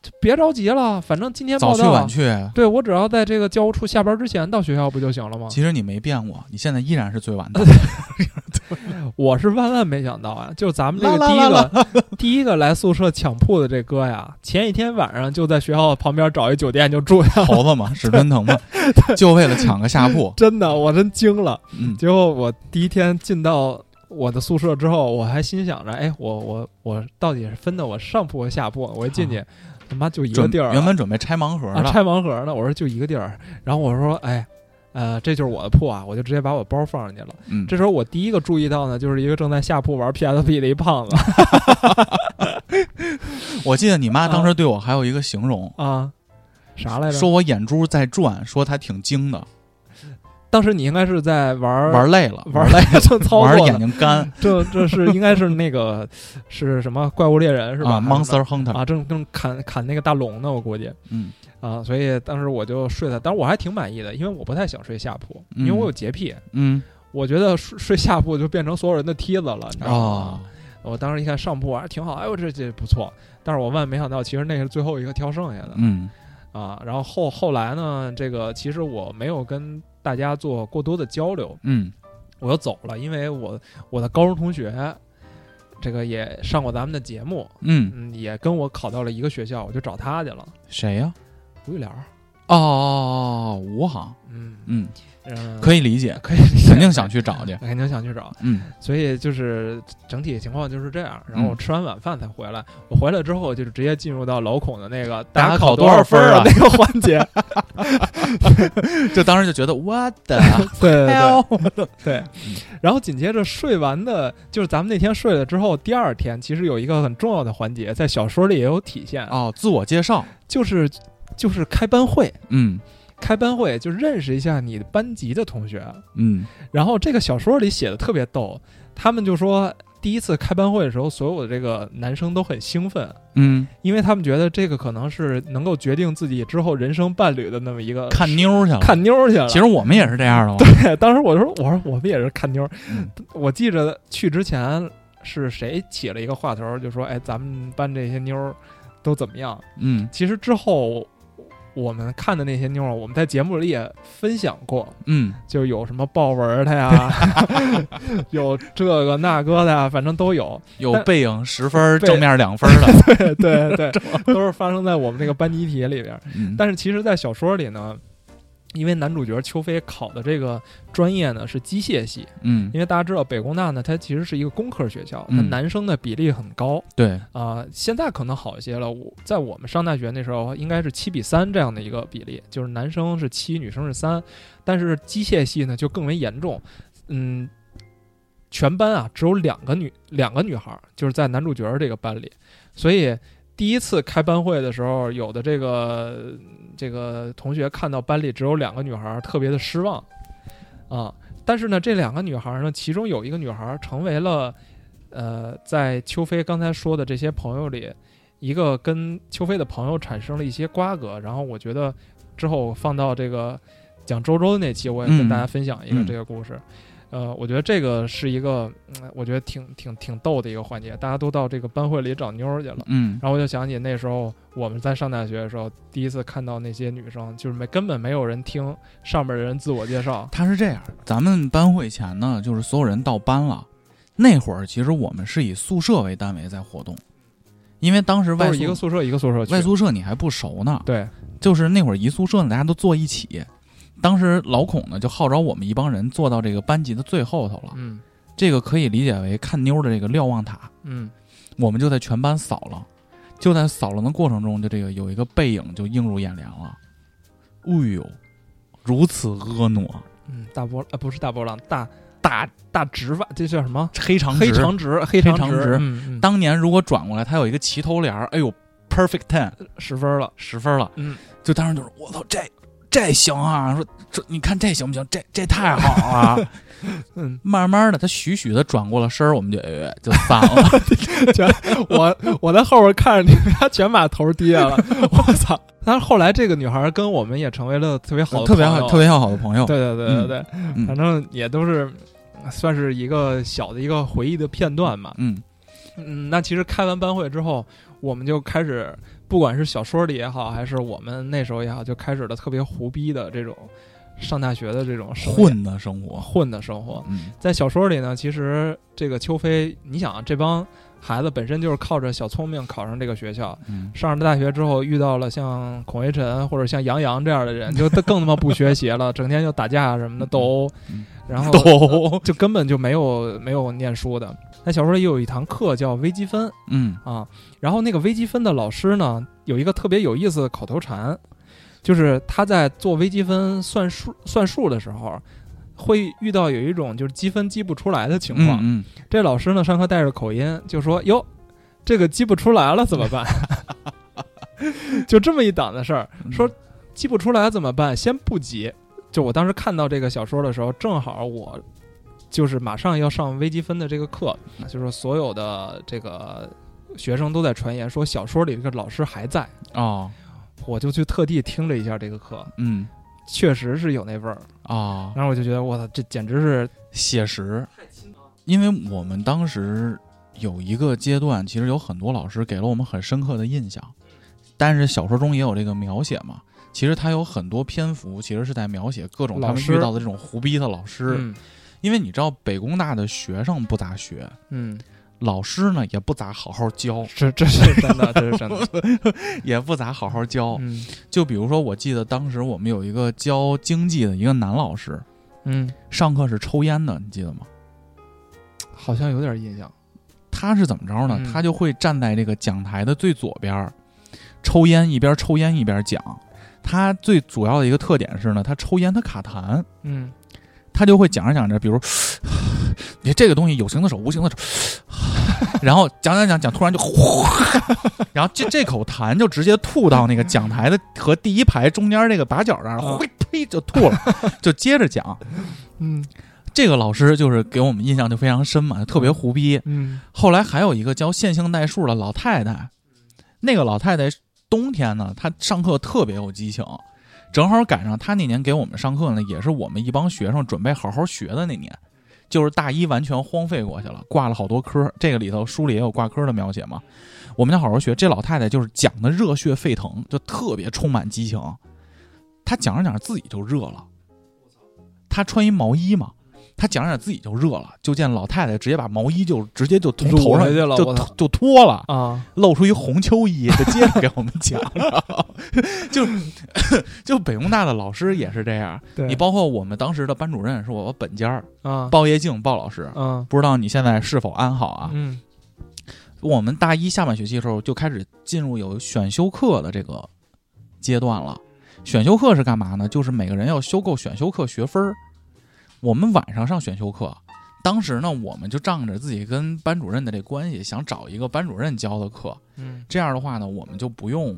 这别着急了，反正今天早报啊去到晚了，去。对我只要在这个教务处下班之前到学校不就行了吗？其实你没变过，你现在依然是最 *laughs* 晚的。我是万万没想到啊，就咱们这个啦啦第一个啦 *laughs* 第一个来宿舍抢铺的这哥呀，前一天晚上就在学校旁边找一酒店就住下了，猴子嘛，史春腾嘛，就为了抢个下 *laughs* 铺。 *laughs* 真的，我真惊了。嗯，结果我第一天进到我的宿舍之后，我还心想着，哎，我我我到底是分的我上铺和下铺？我一进去，他妈就一啊个准地儿啊，原本准备拆盲盒啊的，拆盲盒呢，我说就一个地儿，然后我说，哎，呃，这就是我的铺啊，我就直接把我包放上去了。嗯，这时候我第一个注意到呢，就是一个正在下铺玩 PSP 的一胖子我记得你妈当时对我还有一个形容，啊，啥啊来着？说我眼珠在转，说她挺精的，当时你应该是在玩玩累了，玩那个正 *laughs* 操玩作眼呢，睛干这这是应该是那个是什么怪物猎人是吧啊还是什，Monster 么 Hunter，啊，正正砍砍那个大龙呢，我估计嗯啊，所以当时我就睡在，当时我还挺满意的，因为我不太想睡下铺，因为嗯我有洁癖，嗯我觉得睡睡下铺就变成所有人的梯子了，你知道啊吗？，我当时一看上铺还挺好，哎呦这这不错，但是我万万没想到，其实那是最后一个挑剩下的、嗯啊。然后后后来呢，这个其实我没有跟大家做过多的交流，嗯我又走了，因为我我的高中同学，这个也上过咱们的节目，嗯，嗯，也跟我考到了一个学校，我就找他去了，谁呀？无语聊儿，哦，吴航，嗯嗯，嗯，可以理解，可以理解，肯定想去找 *laughs* 去，肯定想去找，嗯所以就是整体情况就是这样。然后我嗯吃完晚饭才回来，我回来之后就是直接进入到老孔的那个大家考考多少少分儿儿啊啊那个环节，就当时就觉得 what *laughs* the 对对对 hell，对。 *laughs* 然后紧接着睡完的，就是咱们那天睡了之后，第二天其实有一个很重要的环节，在小说里也有体现，哦，自我介绍，就是就是开班会。嗯开班会就认识一下你班级的同学，嗯然后这个小说里写的特别逗，他们就说第一次开班会的时候，所有的这个男生都很兴奋，嗯，因为他们觉得这个可能是能够决定自己之后人生伴侣的那么一个看妞儿去了。呃看妞儿去了。其实我们也是这样的嘛，实 *laughs* 当时我就说，我说我们也是看妞儿。嗯我记着去之前是谁起了一个话头儿，就说哎，咱们班这些妞儿都怎么样？嗯其实之后我们看的那些妞儿，我们在节目里也分享过，嗯，就有什么豹纹儿的呀， *laughs* 有这个那个的呀，反正都有。有但背影十分儿，对正面两分儿 *laughs* 的，对 *laughs* 对对，都是发生在我们这个班集体里边儿。嗯但是其实，在小说里呢，因为男主角邱飞考的这个专业呢是机械系，嗯，因为大家知道北工大呢，它其实是一个工科学校，它嗯男生的比例很高对，啊、现在可能好一些了，我在我们上大学那时候，应该是七比三这样的一个比例，就是男生是七，女生是三。但是机械系呢就更为严重，嗯。全班啊，只有两个女两个女孩儿，就是在男主角这个班里，所以第一次开班会的时候，有的这个这个同学看到班里只有两个女孩儿，特别的失望啊。但是呢，这两个女孩儿呢，其中有一个女孩儿成为了，呃，在邱飞刚才说的这些朋友里，一个跟邱飞的朋友产生了一些瓜葛。然后我觉得之后放到这个讲周周的那期，我也跟嗯大家分享一个嗯这个故事。呃，我觉得这个是一个，嗯我觉得挺挺挺逗的一个环节，大家都到这个班会里找妞儿去了。嗯然后我就想起那时候我们在上大学的时候，第一次看到那些女生，就是没根本没有人听上面的人自我介绍，他是这样，咱们班会前呢，就是所有人到班了，那会儿其实我们是以宿舍为单位在活动，因为当时 *laughs* 都外是一个宿宿舍一个宿舍去。外宿啊舍你还不熟呢，对，就是那会儿一宿舍呢大家都坐一起，当时老孔呢就号召我们一帮人坐到这个班级的最后头了，嗯这个可以理解为看妞儿的这个瞭望塔，嗯我们就在全班扫了，就在扫了的过程中，就这个有一个背影就映入眼帘了，哎呦，如此婀娜，嗯，大波呃不是大波浪，大大大直发，这叫什么？黑长黑直长直，黑长长直嗯，嗯当年如果转过来，他有一个齐头帘儿，哎呦，perfect ten 十分了。十分了，嗯，就当时就是我操这这行啊，说这你看这行不行？这这太好了。啊嗯，慢慢的，他徐徐的转过了身儿，我们就哎就散 *laughs* 了。我我在后边看着你们家全把头低下了， *laughs* 我操！但是后来这个女孩跟我们也成为了特别好的呃特朋别友，好，特别要好的朋友。对对对对对，嗯反正也都是算是一个小的一个回忆的片段嘛。嗯嗯，那其实开完班会之后，我们就开始，不管是小说里也好，还是我们那时候也好，就开始了特别胡逼的这种上大学的这种生涯混的生活。混的生活。嗯在小说里呢，其实这个邱飞，你想啊这帮孩子本身就是靠着小聪明考上这个学校，嗯，上了大学之后遇到了像孔维晨或者像杨洋这样的人，就更他妈不学习了，整天就打架什么的斗殴嗯，然后懂。就根本就没有没有念书的。那小说里有一堂课叫微积分嗯，啊，然后那个微积分的老师呢，有一个特别有意思的口头禅，就是他在做微积分算数算数的时候，会遇到有一种就是积分积不出来的情况。嗯这老师呢，上课带着口音就说：“哟，这个积不出来了怎么办？” *laughs* 就这么一档子事儿，嗯说记不出来怎么办？先不急。就我当时看到这个小说的时候，正好我就是马上要上微积分的这个课，就是说所有的这个学生都在传言说小说里这个老师还在，哦，我就去特地听了一下这个课，嗯确实是有那味儿。哦，然后我就觉得，我操，这简直是写实。因为我们当时有一个阶段，其实有很多老师给了我们很深刻的印象，但是小说中也有这个描写嘛。其实他有很多篇幅，其实是在描写各种他老们师遇到的这种胡逼的老师。嗯因为你知道，北工大的学生不咋学，嗯，老师呢也不咋好好教，这这是真的，这是 *laughs* 真的。也不咋好好教。嗯就比如说，我记得当时我们有一个教经济的一个男老师，嗯。上课是抽烟的，你记得吗？好像有点印象。他是怎么着呢？嗯他就会站在这个讲台的最左边儿，抽烟，一边抽烟一边讲。他最主要的一个特点是呢，他抽烟他卡痰，嗯，他就会讲着讲着，比如， *sighs* 你看这个东西有形的手，无形的手， *sighs* 然后讲讲讲讲，突然就 *laughs* 呼，然后这这口痰就直接吐到那个讲台的和第一排中间那个把角那儿，啊呼呸就吐了， *laughs* 就接着讲。嗯这个老师就是给我们印象就非常深嘛，特别胡逼。嗯后来还有一个教线性代数的老太太，那个老太太冬天呢，她上课特别有激情，正好赶上她那年给我们上课呢，也是我们一帮学生准备好好学的那年，就是大一完全荒废过去了，挂了好多科。这个里头书里也有挂科的描写嘛。我们要好好学，这老太太就是讲的热血沸腾，就特别充满激情。她讲着讲着自己就热了，她穿一毛衣嘛，她讲着讲着自己就热了，就见老太太直接把毛衣就直接就从头上撸回去了就我操就脱了，啊，露出一红秋衣，就接着给我们讲， *laughs* 就 *coughs* 就北工大的老师也是这样，对你包括我们当时的班主任是我本家儿啊鲍业静鲍老师，啊不知道你现在是否安好啊？嗯我们大一下半学期的时候就开始进入有选修课的这个阶段了。选修课是干嘛呢？就是每个人要修够选修课学分儿。我们晚上上选修课，当时呢，我们就仗着自己跟班主任的这关系，想找一个班主任教的课。嗯，这样的话呢，我们就不用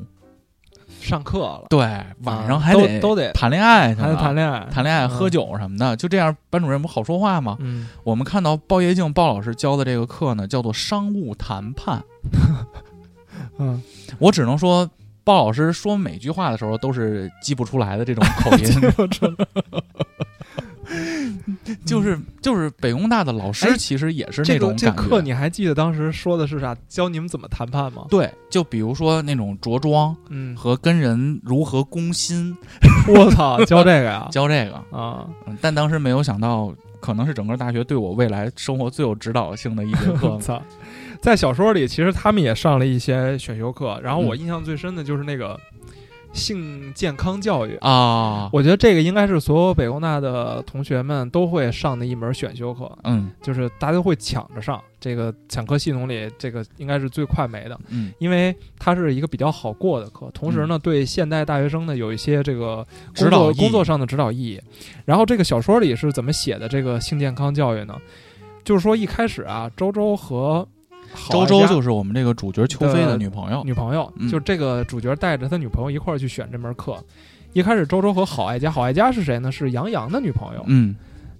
上课了，对晚上还啊都得都得谈恋爱去还得了，谈恋爱，谈恋爱、嗯喝酒什么的，就这样，班主任不好说话吗？嗯我们看到鲍业静鲍老师教的这个课呢，叫做商务谈判。 *laughs* 嗯，我只能说，鲍老师说每句话的时候都是记不出来的这种口 *laughs* 音， *laughs* 就是就是北工大的老师嗯哎其实也是那这种个这感觉。课你还记得当时说的是啥？教你们怎么谈判吗？对，就比如说那种着装嗯，和跟人如何攻心，我操，教这个呀？ *laughs* 教这个。啊，嗯但当时没有想到，可能是整个大学对我未来生活最有指导性的一节课我。 *laughs* 操！在小说里，其实他们也上了一些选修课，然后我嗯印象最深的就是那个性健康教育。啊，我觉得这个应该是所有北工大的同学们都会上的一门选修课，嗯就是大家都会抢着上。这个抢课系统里，这个应该是最快没的，嗯，因为它是一个比较好过的课，同时呢，对现代大学生呢有一些这个指工导作意义工作上的指导意义。然后这个小说里是怎么写的这个性健康教育呢？就是说一开始啊，周周和郝周爱周嘉就是我们这个主角邱飞的的女朋友。女朋友，嗯就这个主角带着他女朋友一块儿去选这门课。一开始周周和郝爱佳，郝爱佳是谁呢？是杨洋的女朋友，嗯，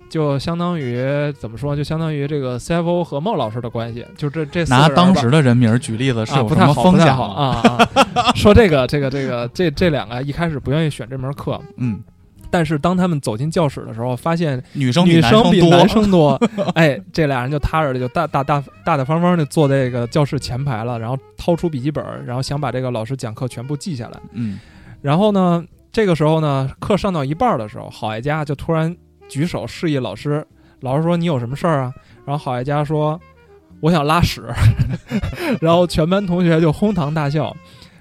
就相当于怎么说？就相当于这个 CFO 和孟老师的关系，就这这四个拿人吧当时的人名举例子是啊有不什太么好，不风太险好吗？啊啊！ *laughs* 说这个这个这个这这两个一开始不愿意选这门课，嗯，但是当他们走进教室的时候，发现女生比女男生比多，男生多，哎，这俩人就踏实的就大大大大大方方的坐在这个教室前排了，然后掏出笔记本，然后想把这个老师讲课全部记下来。 *laughs* 嗯然后呢，这个时候呢，课上到一半的时候，郝爱佳就突然举手示意老师，老师说你有什么事儿啊？然后郝爱佳说我想拉屎， *laughs* 然后全班同学就哄堂大笑。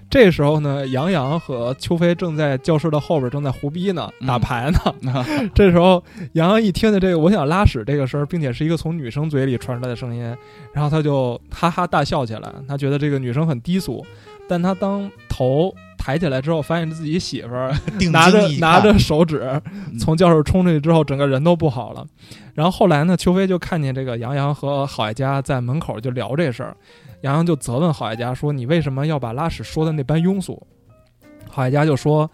这时候呢，杨洋和邱飞正在教室的后边正在胡逼呢，嗯打牌呢。这时候，杨洋一听见这个“我想拉屎”这个声儿，并且是一个从女生嘴里传出来的声音，然后他就哈哈大笑起来。他觉得这个女生很低俗，但他当头抬起来之后，发现自己媳妇儿定拿着睛一看嗯拿着手指从教室冲出去之后，整个人都不好了。然后后来呢，邱飞就看见这个杨洋和郝爱佳在门口就聊这事儿，杨洋就责问郝爱佳说：“你为什么要把拉屎说的那般庸俗？”郝爱佳就说：“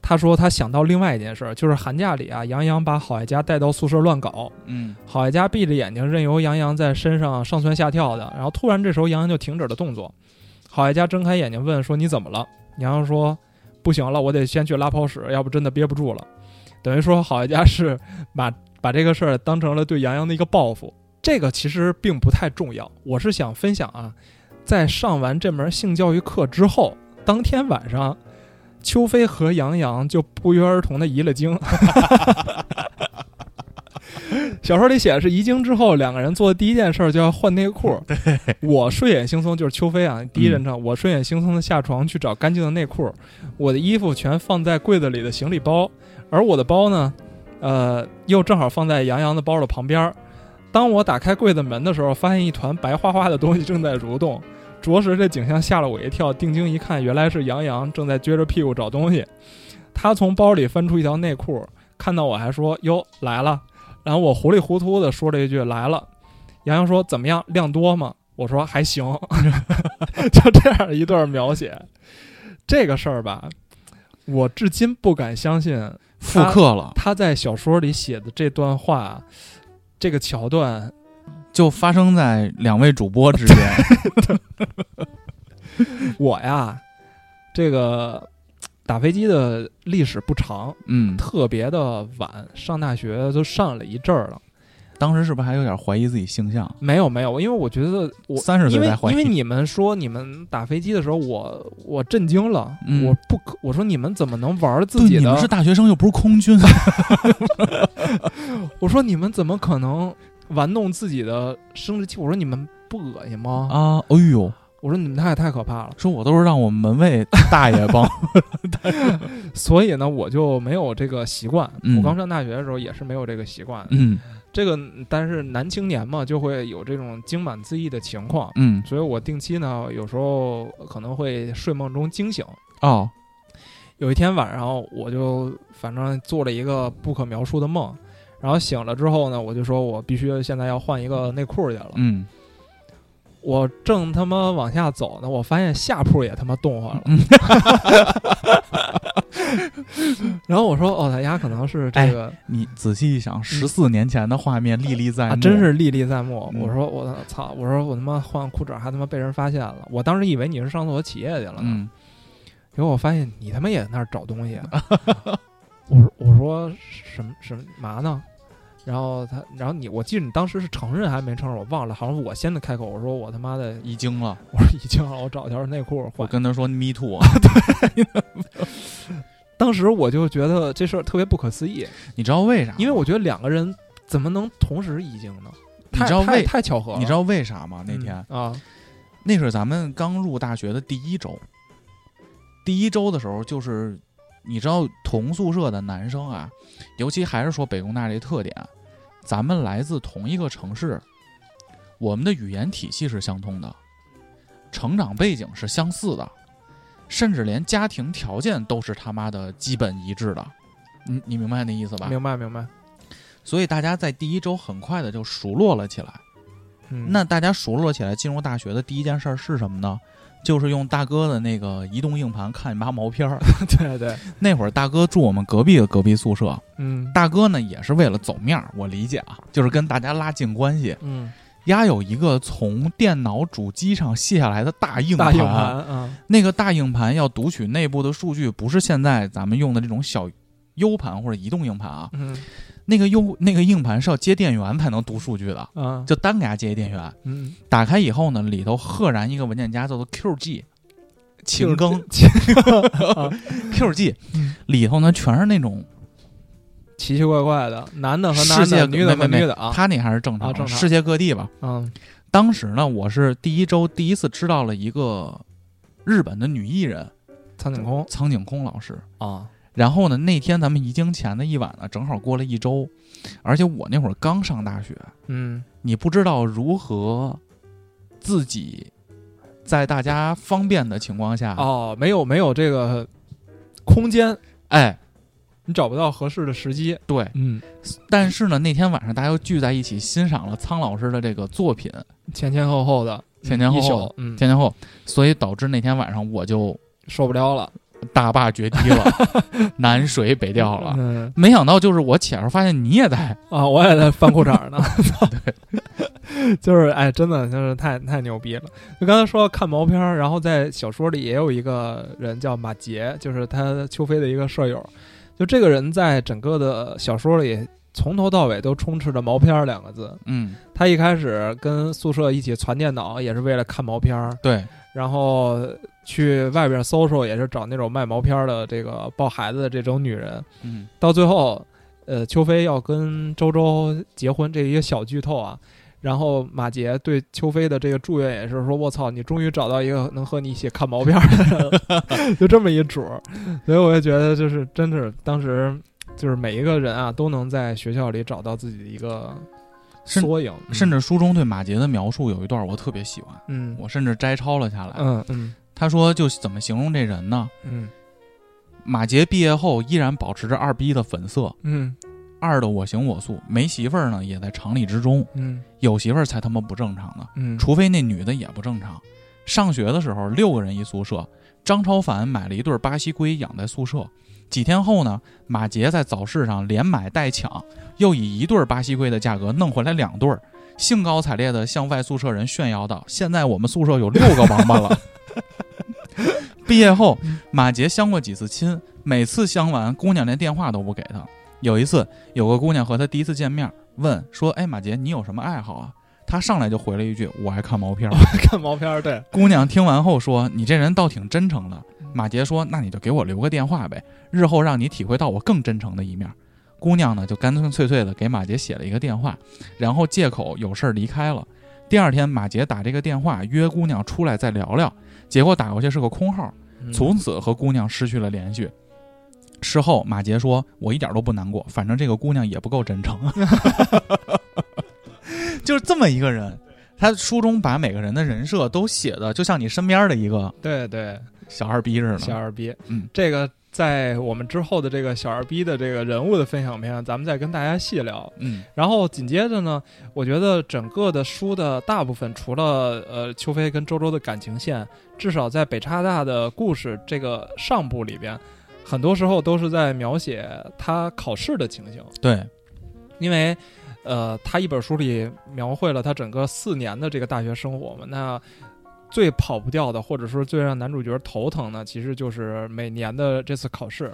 他说他想到另外一件事儿，就是寒假里啊，杨洋把郝爱佳带到宿舍乱搞，嗯郝爱佳闭着眼睛任由杨洋在身上上蹿下跳的，然后突然这时候杨洋就停止了动作，郝爱佳睁开眼睛问说你怎么了？杨洋说不行了，我得先去拉泡屎，要不真的憋不住了。等于说郝爱佳是把把这个事儿当成了对杨洋的一个报复，这个其实并不太重要，我是想分享啊，在上完这门性教育课之后，当天晚上。邱飞和杨洋就不约而同的遗了精， *laughs* 小说里写的是遗精之后，两个人做的第一件事儿就要换内裤。对，我睡眼惺忪就是邱飞啊，第一人称。我睡眼惺忪的下床去找干净的内裤，我的衣服全放在柜子里的行李包，而我的包呢，呃，又正好放在杨洋的包的旁边儿。当我打开柜子门的时候，发现一团白花花的东西正在蠕动，着实这景象吓了我一跳。定睛一看，原来是杨洋正在撅着屁股找东西。他从包里翻出一条内裤，看到我还说：“哟，来了。”然后我糊里糊涂的说了一句“来了”，杨洋说：“怎么样，量多吗？”我说：“还行。” *laughs* 就这样一段描写，这个事儿吧，我至今不敢相信复刻了，他在小说里写的这段话，这个桥段就发生在两位主播 *laughs* 之间。我呀，这个打飞机的历史不长，嗯，特别的晚，上大学都上了一阵儿了。当时是不是还有点怀疑自己性向？没有没有，因为我觉得我三十因岁为才怀疑，因为你们说你们打飞机的时候，我我震惊了，嗯我不可我说你们怎么能玩儿自对己你的们？是大学生又不是空军，啊我说你们怎么可能玩弄自己的生殖器？我说你们不恶心吗？啊，哎呦，我说你们太太可怕了。说我都是让我们门 *laughs* 卫大爷帮，所以呢，我就没有这个习惯。嗯我刚上大学的时候也是没有这个习惯。嗯这个，但是男青年嘛，就会有这种精满自溢的情况。嗯，所以我定期呢，有时候可能会睡梦中惊醒。哦，有一天晚上，我就反正做了一个不可描述的梦，然后醒了之后呢，我就说我必须现在要换一个内裤去了。嗯，我正他妈往下走呢，我发现下铺也他妈动晃了。 *laughs* 然后我说：“哦，他丫可能是这个、你仔细一想，十四年前的画面历历在目，啊，真是历历在目。嗯我说：“我操！我说我他妈换裤衩还他妈被人发现了。我当时以为你是上厕所起夜去了呢，嗯，结果我发现你他妈也在那儿找东西。啊 *laughs* 我说：“我说什么什么嘛呢？”然后他，然后你，我记得你当时是承认还是没承认，我忘了，好像是我先的开口，我说我他妈的，已经了。我说已经了，我找条内裤换。我跟他说 me *laughs* too，当时我就觉得这事儿特别不可思议，你知道为啥吗？因为我觉得两个人怎么能同时遗精呢？你太知道太为太巧合了，你知道为啥吗？那天、嗯啊，那是咱们刚入大学的第一周，第一周的时候就是，你知道同宿舍的男生啊，尤其还是说北工大这特点，啊咱们来自同一个城市，我们的语言体系是相通的，成长背景是相似的，甚至连家庭条件都是他妈的基本一致的，你你明白那意思吧？明白明白，所以大家在第一周很快的就熟络了起来。嗯，那大家熟络起来，进入大学的第一件事儿是什么呢？就是用大哥的那个移动硬盘看八毛片儿。 *laughs* *laughs* 对对，那会儿大哥住我们隔壁的隔壁宿舍，嗯大哥呢也是为了走面儿，我理解啊，就是跟大家拉近关系。嗯，丫有一个从电脑主机上卸下来的大硬大硬盘啊，那个大硬盘要读取内部的数据，不是现在咱们用的这种小 U 盘或者移动硬盘啊，嗯那个 U 那个硬盘是要接电源才能读数据的，啊，就单给它接一电源。嗯，打开以后呢，里头赫然一个文件夹叫做 QG，请更 *laughs* QG，嗯里头呢全是那种奇奇怪怪的，男的和世男界的，各女的和没没女没的啊，他那还是正啊常的，正常世界各地吧。嗯当时呢，我是第一周第一次知道了一个日本的女艺人苍井空苍井空老师。啊，然后呢，那天咱们移经前的一晚呢，正好过了一周，而且我那会儿刚上大学，嗯你不知道如何自己在大家方便的情况下，哦，没有没有这个空间，哎，你找不到合适的时机，对。嗯，但是呢，那天晚上大家又聚在一起欣赏了苍老师的这个作品，前前后后的，前前后一后宿，嗯，前前后，所以导致那天晚上我就受不了了，大坝决堤了， *laughs* 南水北调了。嗯没想到就是我起来时候发现你也在，啊，我也在翻裤衩呢，对， *laughs* 就是哎，真的就是太太牛逼了。就刚才说到看毛片儿，然后在小说里也有一个人叫马杰，就是他邱飞的一个舍友，就这个人在整个的小说里。从头到尾都充斥着“毛片儿”两个字。嗯，他一开始跟宿舍一起攒电脑，也是为了看毛片儿。对，然后去外边搜搜，也是找那种卖毛片儿的这个抱孩子的这种女人。嗯到最后，呃，邱飞要跟周周结婚，这一个小剧透啊。然后马杰对邱飞的这个祝愿也是说：“我操，你终于找到一个能和你一起看毛片儿的人了， *laughs* 就这么一主儿。”所以我也觉得，就是真是当时就是每一个人啊，都能在学校里找到自己的一个甚缩影，甚至书中对马杰的描述有一段我特别喜欢，嗯我甚至摘抄了下来。嗯嗯他说就怎么形容这人呢？嗯马杰毕业后依然保持着二逼的粉色，嗯二的我行我素，没媳妇儿呢也在常理之中，嗯有媳妇儿才他妈不正常呢，嗯，除非那女的也不正常。上学的时候六个人一宿舍，张超凡买了一对巴西龟养在宿舍。几天后呢，马杰在早市上连买带抢，又以一对巴西龟的价格弄回来两对儿，兴高采烈地向外宿舍人炫耀道：“现在我们宿舍有六个王八了。”毕业后，马杰相过几次亲，每次相完，姑娘连电话都不给他。有一次，有个姑娘和他第一次见面，问说：“哎，马杰，你有什么爱好啊？”他上来就回了一句：“我爱看毛片儿。” *laughs* 看毛片儿，对，姑娘听完后说：“你这人倒挺真诚的。”马杰说：“那你就给我留个电话呗，日后让你体会到我更真诚的一面。”姑娘呢就干干脆脆的给马杰写了一个电话，然后借口有事儿离开了。第二天，马杰打这个电话约姑娘出来再聊聊，结果打过去是个空号，嗯从此和姑娘失去了联系。事后，马杰说：“我一点都不难过，反正这个姑娘也不够真 *laughs* 诚。”就是这么一个人，他书中把每个人的人设都写的就像你身边的一个对对，小二逼似小的。二逼，嗯，这个在我们之后的这个小二逼的这个人物的分享篇，咱们再跟大家细聊。嗯然后紧接着呢，我觉得整个的书的大部分，除了呃邱飞跟周周的感情线，至少在北叉大的故事这个上部里边，很多时候都是在描写他考试的情形。对，因为，呃，他一本书里描绘了他整个四年的这个大学生活嘛。那最跑不掉的，或者说最让男主角头疼的，其实就是每年的这次考试，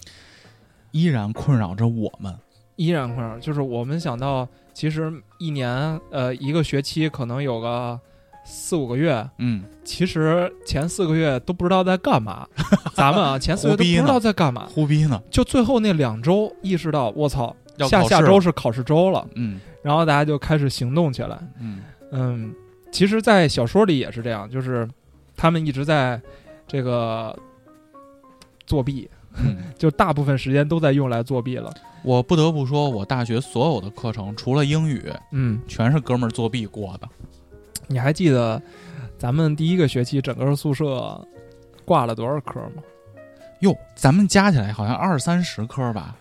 依然困扰着我们。依然困扰。就是我们想到，其实一年，呃，一个学期可能有个四五个月，嗯，其实前四个月都不知道在干嘛。咱们啊，前四个月都胡逼呢不知道在干嘛，胡逼呢？就最后那两周意识到，我操，要下考下试周了是考试周了，嗯然后大家就开始行动起来。嗯，嗯，其实，在小说里也是这样，就是他们一直在这个作弊，嗯就大部分时间都在用来作弊了。 *laughs* 我不得不说，我大学所有的课程除了英语，嗯，全是哥们儿作弊过的。你还记得咱们第一个学期整个宿舍挂了多少科吗？哟，咱们加起来好像二三十科吧？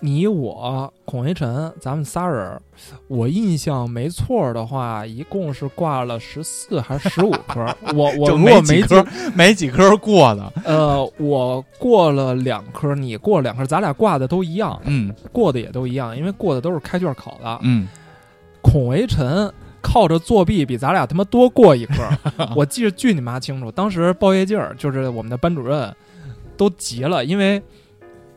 你我孔维晨，咱们仨人儿，我印象没错儿的话，一共是挂了十四还是十五科 *laughs* 儿？我我就如果没几没记科，没几科过的，呃，我过了两科儿，你过了两科儿，咱俩挂的都一样， *laughs* 嗯过的也都一样，因为过的都是开卷考的。嗯，孔维晨靠着作弊比咱俩他妈多过一 *laughs* 科儿，我记得巨你妈清楚。当时包业劲儿就是我们的班主任都急了，因为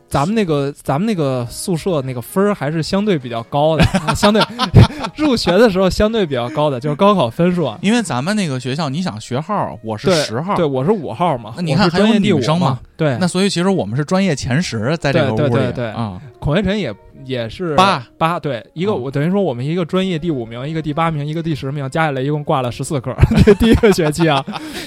咱们那个咱们那个宿舍那个分儿还是相对比较高 *laughs* 的，啊相对 *laughs* 入学的时候相对比较高的，就是高考分数啊。因为咱们那个学校，你想学号，我是对十号，啊对，我是五号嘛，那你我看是还有专业第女五生嘛嘛，对，那所以其实我们是专业前十，在这个屋对对里对对啊，孔维晨也也是八八，对，一个、啊我等于说我们一个专业第五名，一个第八名，一个第十名，加起来一共挂了十四科，这 *laughs* 第一个学期啊，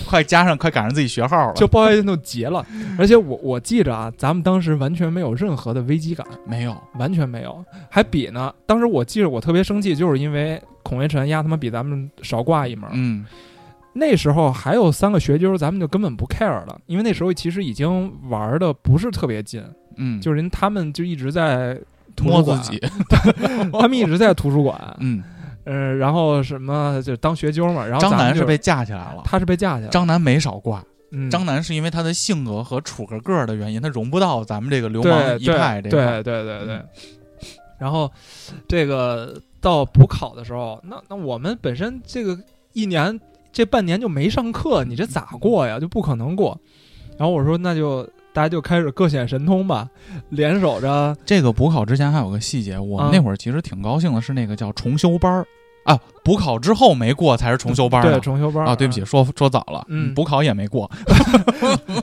快加上，快赶上自己学号了，就包月运动结了。而且我我记着啊，咱们当时完全没有任何的危机感，没有，完全没有，还比呢。当时我记着我特别生气，就是因为孔维晨丫他妈比咱们少挂一门。嗯那时候还有三个学究，咱们就根本不 care 了，因为那时候其实已经玩的不是特别尽，嗯，就是人他们就一直在图摸书自馆己，他们一直在图书 *laughs* 馆，嗯，嗯，然后什么就当学究嘛，然后张咱们楠就是被架起来了，他是被架去了，张楠没少挂，嗯张楠是因为他的性格和处个个儿的原因，他融不到咱们这个流对氓一派这对个，对对对对嗯，然后这个到补考的时候，那那我们本身这个一年这半年就没上课，你这咋过呀？就不可能过。然后我说那就大家就开始各显神通吧，联手着这个补考之前还有个细节，我们啊那会儿其实挺高兴的，是那个叫重修班儿啊，补考之后没过才是重修班儿呢对重修班儿啊，对不起，，说说早了，嗯补考也没过，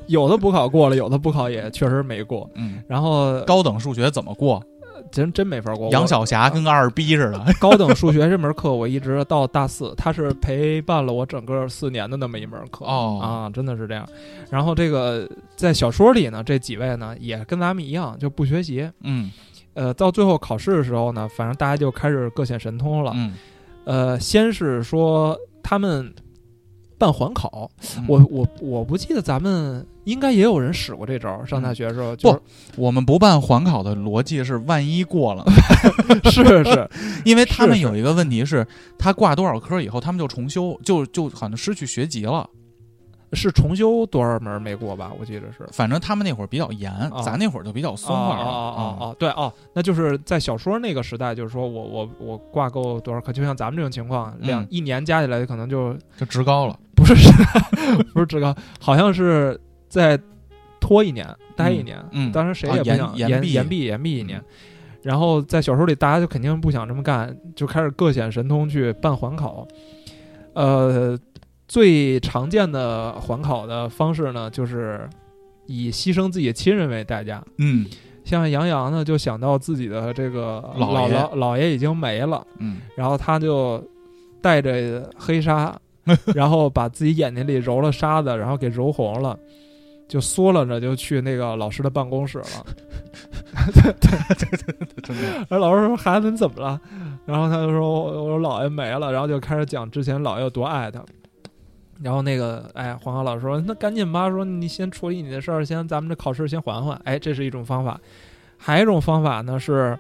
有的补考过了，有的补考也确实没过。嗯，然后高等数学怎么过？真真没法过，杨我晓霞跟个二逼似的，高等数学这门课，我一直到大四，它是陪伴了我整个四年的那么一门课。哦啊，真的是这样。然后这个在小说里呢，这几位呢也跟咱们一样，就不学习。 *laughs* 嗯呃，到最后考试的时候呢，反正大家就开始各显神通了。嗯，呃，先是说他们办环考，嗯我我我不记得咱们应该也有人使过这招儿。上大学的时候就是、我们不办环考的逻辑是，万一过 *laughs* 了呢，嗯 *laughs* 是是，因为他们是是有一个问题是，他挂多少科以后，他们就重修，就就好像失去学籍了。是重修多少门儿没过吧？我记得是。反正他们那会儿比较严，啊咱那会儿就比较松快了。哦哦哦啊哦，对哦，那就是在小说那个时代，就是说我我我挂够多少课，就像咱们这种情况，两、嗯一年加起来可能就就职高了。不是不是这个，好像是在拖一年，待一年。嗯当时谁啊也不延想延延毕嗯延毕延毕一年。然后在小说里，大家就肯定不想这么干，就开始各显神通去办环考。呃，最常见的环考的方式呢，就是以牺牲自己亲人为代价。嗯像杨洋呢，就想到自己的这个姥姥爷姥姥爷已经没了，嗯，然后他就带着 *laughs* 黑纱，然后把自己眼睛里揉了沙子，然后给揉红了，就缩了着就去那个老师的办 *laughs* 公室了。真的。 *laughs* 然后老师说：“孩子，你怎么了？”然后他就说：“我我姥爷没了。”然后就开始讲之前姥爷有多爱他。然后那个，哎，黄河老师说：“那赶紧吧，说你先处理你的事儿，先咱们这考试先缓缓。”哎，这是一种方法。还有一种方法呢是，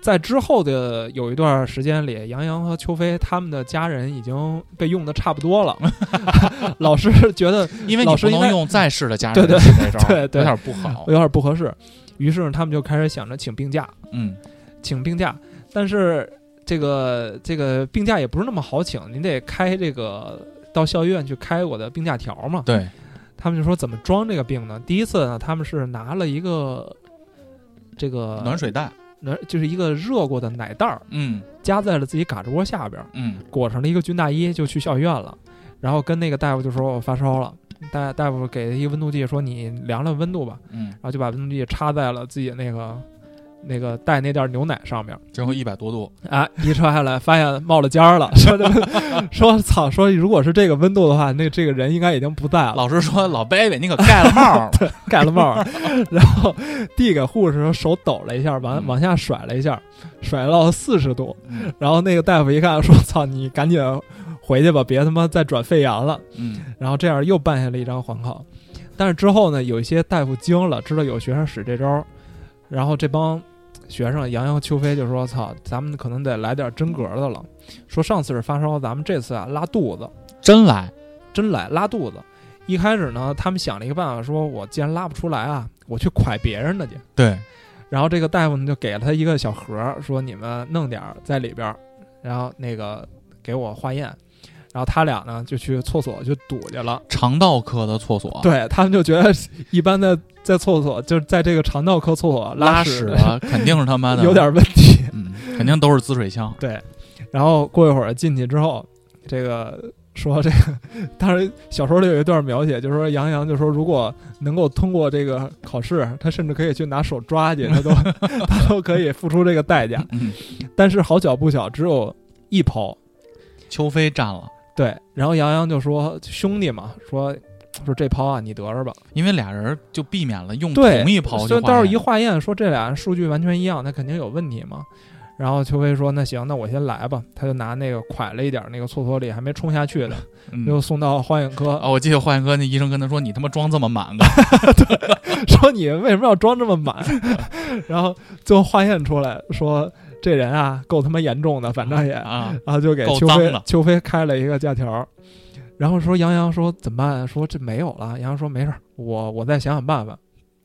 在之后的有一段时间里，杨洋和邱飞他们的家人已经被用的差不多 *laughs* 了。老师觉得因为你老师不应该能用在世的家对人对去这招儿，对对有点不好有。点不合适，于是他们就开始想着请病假。嗯，请病假，但是这个这个病假也不是那么好请，你得开这个到校医院去开我的病假条嘛。对，他们就说怎么装这个病呢？第一次呢，他们是拿了一个这个暖水袋。暖，就是一个热过的奶袋儿，嗯夹在了自己胳肢窝下边儿，嗯裹上了一个军大衣就去校医院了，然后跟那个大夫就说哦我发烧了，大大夫给了一个温度计说你量量温度吧，嗯，然后就把温度计插在了自己那个那个带那袋牛奶上面。最后一百多度。啊， *laughs* 一穿下来发现冒了尖儿了， *laughs* 说这说操，说如果是这个温度的话，那这个人应该已经不在了，老师说：“老 baby，你可盖了帽儿 *laughs* 了。 *laughs* 盖了帽儿，然后递给护士时候手抖了一下，往嗯往下甩了一下，甩到四十度，嗯然后那个大夫一看说操，你赶紧回去吧，别他妈再转肺炎了，”嗯然后这样又办下了一张缓考，但是之后呢，有一些大夫惊了，知道有学生使这招儿，然后这帮学生杨洋、邱飞就说：“操，咱们可能得来点真格的了。说上次是发烧，咱们这次啊拉肚子，真来，真来拉肚子。一开始呢，他们想了一个办法，说我既然拉不出来啊，我去蒯别人的去。对，然后这个大夫呢就给了他一个小盒儿，说你们弄点儿在里边儿，然后那个给我化验。然后他俩呢就去厕所就堵去了。肠道科的厕所，，对他们就觉得一般的在厕所就是在这个肠道科厕所拉屎屎了，肯定是他 *laughs* 妈的 *laughs* 有，点问题。嗯，肯定都是滋水枪，对，然后过一会儿进去之后，这个说这个，当时小说里有一段描写，就是说杨洋就说，如果能够通过这个考试，他甚至可以去拿手抓去，他都 *laughs* 他都可以付出这个代价。嗯，但是好巧不巧，只有一抛。邱飞占了，对，然后杨洋就说兄弟嘛，说说这抛啊，你得着吧。因为俩人就避免了用对，同一刨所就以到时候化一验，化验说这俩数据完全一样，那肯定有问题嘛。然后邱飞说：“那行，那我先来吧。”他就拿那个蒯了一点儿那个厕所里还没冲下去的，嗯又送到化验科啊，，我记得化验科那医生跟他说：“你他妈装这么满 *laughs* 的，说你为什么要装这 *laughs* 么满？然后最后化验出来说这人啊够他妈严重的，反正也，啊，然后就给够邱脏飞的邱飞开了一个假条，然后说杨洋说怎么办？说这没有了。杨洋说没事儿，我我再想想办法。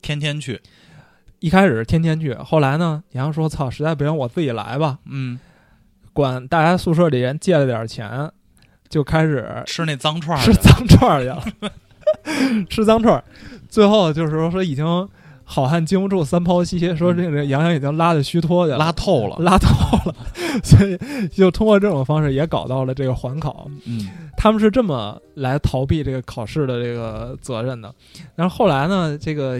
天天去，一开始天天去，后来呢，杨洋说操，实在不行我自己来吧，嗯，管大家宿舍里人借了点钱，就开始吃那脏串儿吃去，脏串儿去了， *laughs* 吃脏串儿。最后就是说说已经好汉经不住三泡稀，说这个杨洋已经拉的虚脱去了，嗯拉透了，拉透了， *laughs* 所以就通过这种方式也搞到了这个缓考。嗯，他们是这么来逃避这个考试的这个责任的。然后后来呢，这个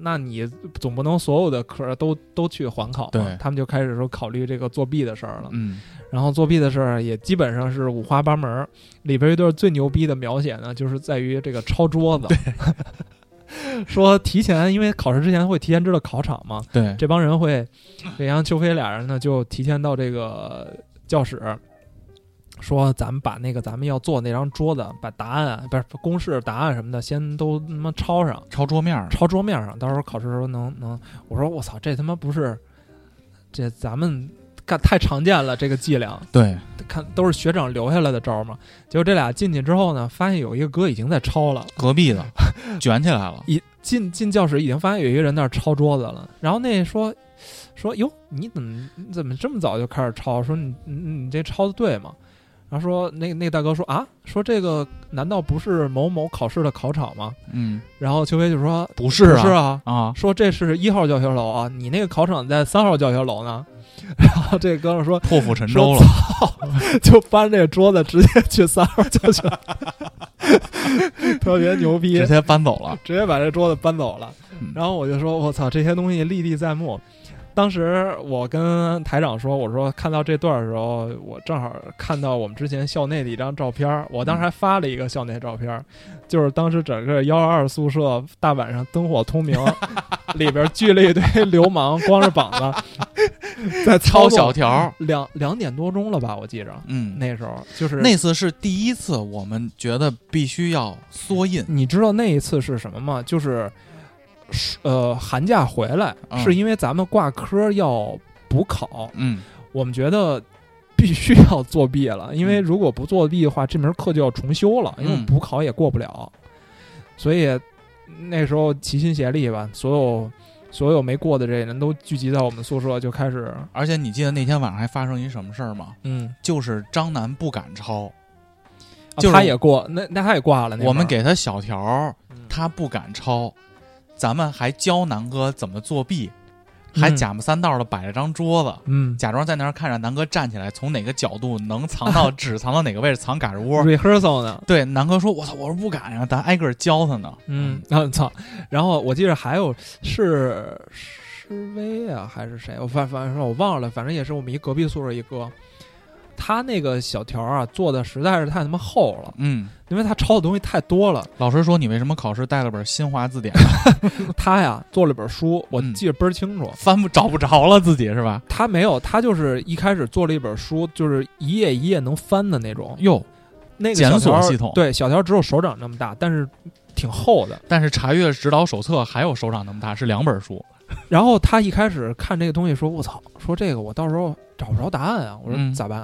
那你总不能所有的科儿都都去缓考嘛，对他们就开始说考虑这个作弊的事儿了。嗯，然后作弊的事儿也基本上是五花八门儿。里边一段最牛逼的描写呢，就是在于这个抄桌子。 *laughs* 说提前，因为考试之前会提前知道考场嘛，对，这帮人会，李阳、邱飞俩人呢就提前到这个教室，说咱们把那个咱们要做那张桌子，把答案啊不是公式答案什么的，先都他妈抄上，抄桌面儿，抄桌面上，到时候考试的时候能能。我说我操，这他妈不是，这咱们干太常见了，这个伎俩，对，看都是学长留下来的招儿嘛。结果这俩进去之后呢，发现有一个哥已经在抄了。隔壁 *laughs* 的卷起来了，一进进教室已经发现有一个人在那儿抄桌子了，然后那说说哟，你怎么你怎么这么早就开始抄？说你你你这抄的对吗？然后说那那大哥说啊，说这个难道不是某某考试的考场吗？嗯，然后邱飞就说不是不是啊，啊，啊，说这是一号教学楼啊，你那个考场在三号教学楼呢。 *laughs* 然后这哥们儿说破釜沉舟说了，操，就搬这桌子直接去三号教学楼，特别牛逼，直接搬走了，直接把这桌子搬走了嗯。然后我就说：“我操，这些东西历历在目。”当时我跟台长说：“我说看到这段的时候，我正好看到我们之前校内的一张照片儿，我当嗯时还发了一个校内照片儿，就是当时整个幺二二宿舍大晚上灯火通明，里边聚了一 *laughs* 堆流氓，光着膀子在抄操小作。条儿，两两点多钟了吧，我记着嗯，那时候就是那次是第一次，我们觉得必须要缩印，你知道那一次是什么吗？就是，呃，寒假回来、嗯是因为咱们挂科要补考，嗯，我们觉得必须要作弊了，因为如果不作弊的话，这门课就要重修了，因为嗯补考也过不了，所以那时候齐心协力吧，所有所有没过的这些人都聚集到我们宿舍，就开始，而且你记得那天晚上还发生一什么事儿吗？嗯，就是张楠不敢抄，啊就是他也过，那那他也挂了，那我们门给他小条儿，嗯他不敢抄，咱们还教南哥怎么作弊，还假模三道的摆了张桌子，嗯。假装在那儿看着南哥站起来，从哪个角度能藏 *laughs* 到纸藏到哪个位置，藏嘎吱窝。 rehearsal 呢？对，南哥说：“我操，我说不敢呀、咱挨个儿教他呢。”嗯，， *laughs* 啊操！然后我记得还有是施威啊，还是谁？我反反正我忘了，反正也是我们一隔壁宿舍一哥，他那个小条啊做的实在是太他妈厚了，嗯，因为他抄的东西太多了。老师说你为什么考试带了本新华字典，啊他呀做了本书，我嗯记得倍儿清楚。翻不找不着了自己是吧？他没有，他就是一开始做了一本书，就是一页一页能翻的那种。哟，那个检小索条系统对小条只有手掌那么大，但是挺厚的。但是《查阅指导手册》还有手掌那么大，是两本书。然后他一开始看这个东西说：“我操，说这个我到时候找不着答案啊！”我说：“嗯咋办？”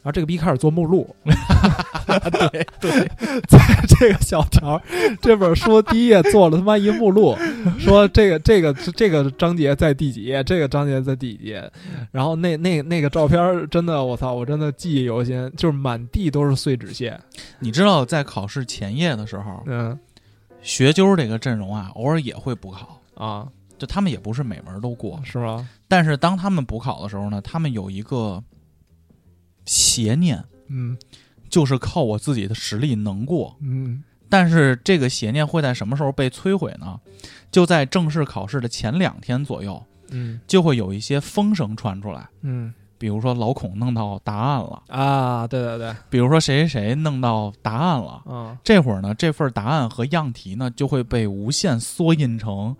然后这个逼开始做目录， *laughs* 对对，在这个小条儿这本书第一页做了他妈一目录，说这个这个这个章节在第几页，这个章节在第几页，然后那那那个照片儿真的我操，我真的记忆犹新，就是满地都是碎纸屑。你知道在考试前夜的时候，嗯学究这个阵容啊，偶尔也会补考，啊，就他们也不是每门都过。是吗？但是当他们补考的时候呢，他们有一个邪念，嗯就是靠我自己的实力能过。嗯但是这个邪念会在什么时候被摧毁呢？就在正式考试的前两天左右，嗯就会有一些风声传出来，嗯比如说老孔弄到答案了，啊，对对对，比如说谁谁谁弄到答案了。嗯，这会儿呢，这份答案和样题呢就会被无限缩印成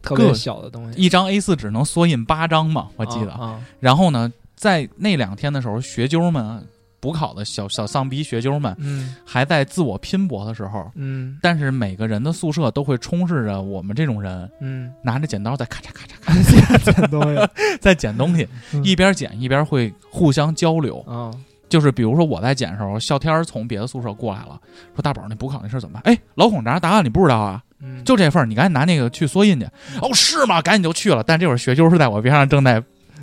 特别各小的东西，一张 A 4纸能缩印八张嘛，我记得。啊啊然后呢，在那两天的时候，学究们啊补考的小小丧逼学究们嗯还在自我拼搏的时候，嗯但是每个人的宿舍都会充斥着我们这种人，嗯，拿着剪刀在咔嚓咔嚓咔 *laughs* 这这东 *laughs* 西，嚓在剪东西，嗯一边剪一边会互相交流。啊就是比如说我在剪的时候，笑天儿从别的宿舍过来了，说大宝那补考那事儿怎么办？哎，老孔答答案你不知道啊？嗯，就这份儿，你赶紧拿那个去缩印去。哦，是吗？赶紧就去了。但这会儿学究是在我边上正在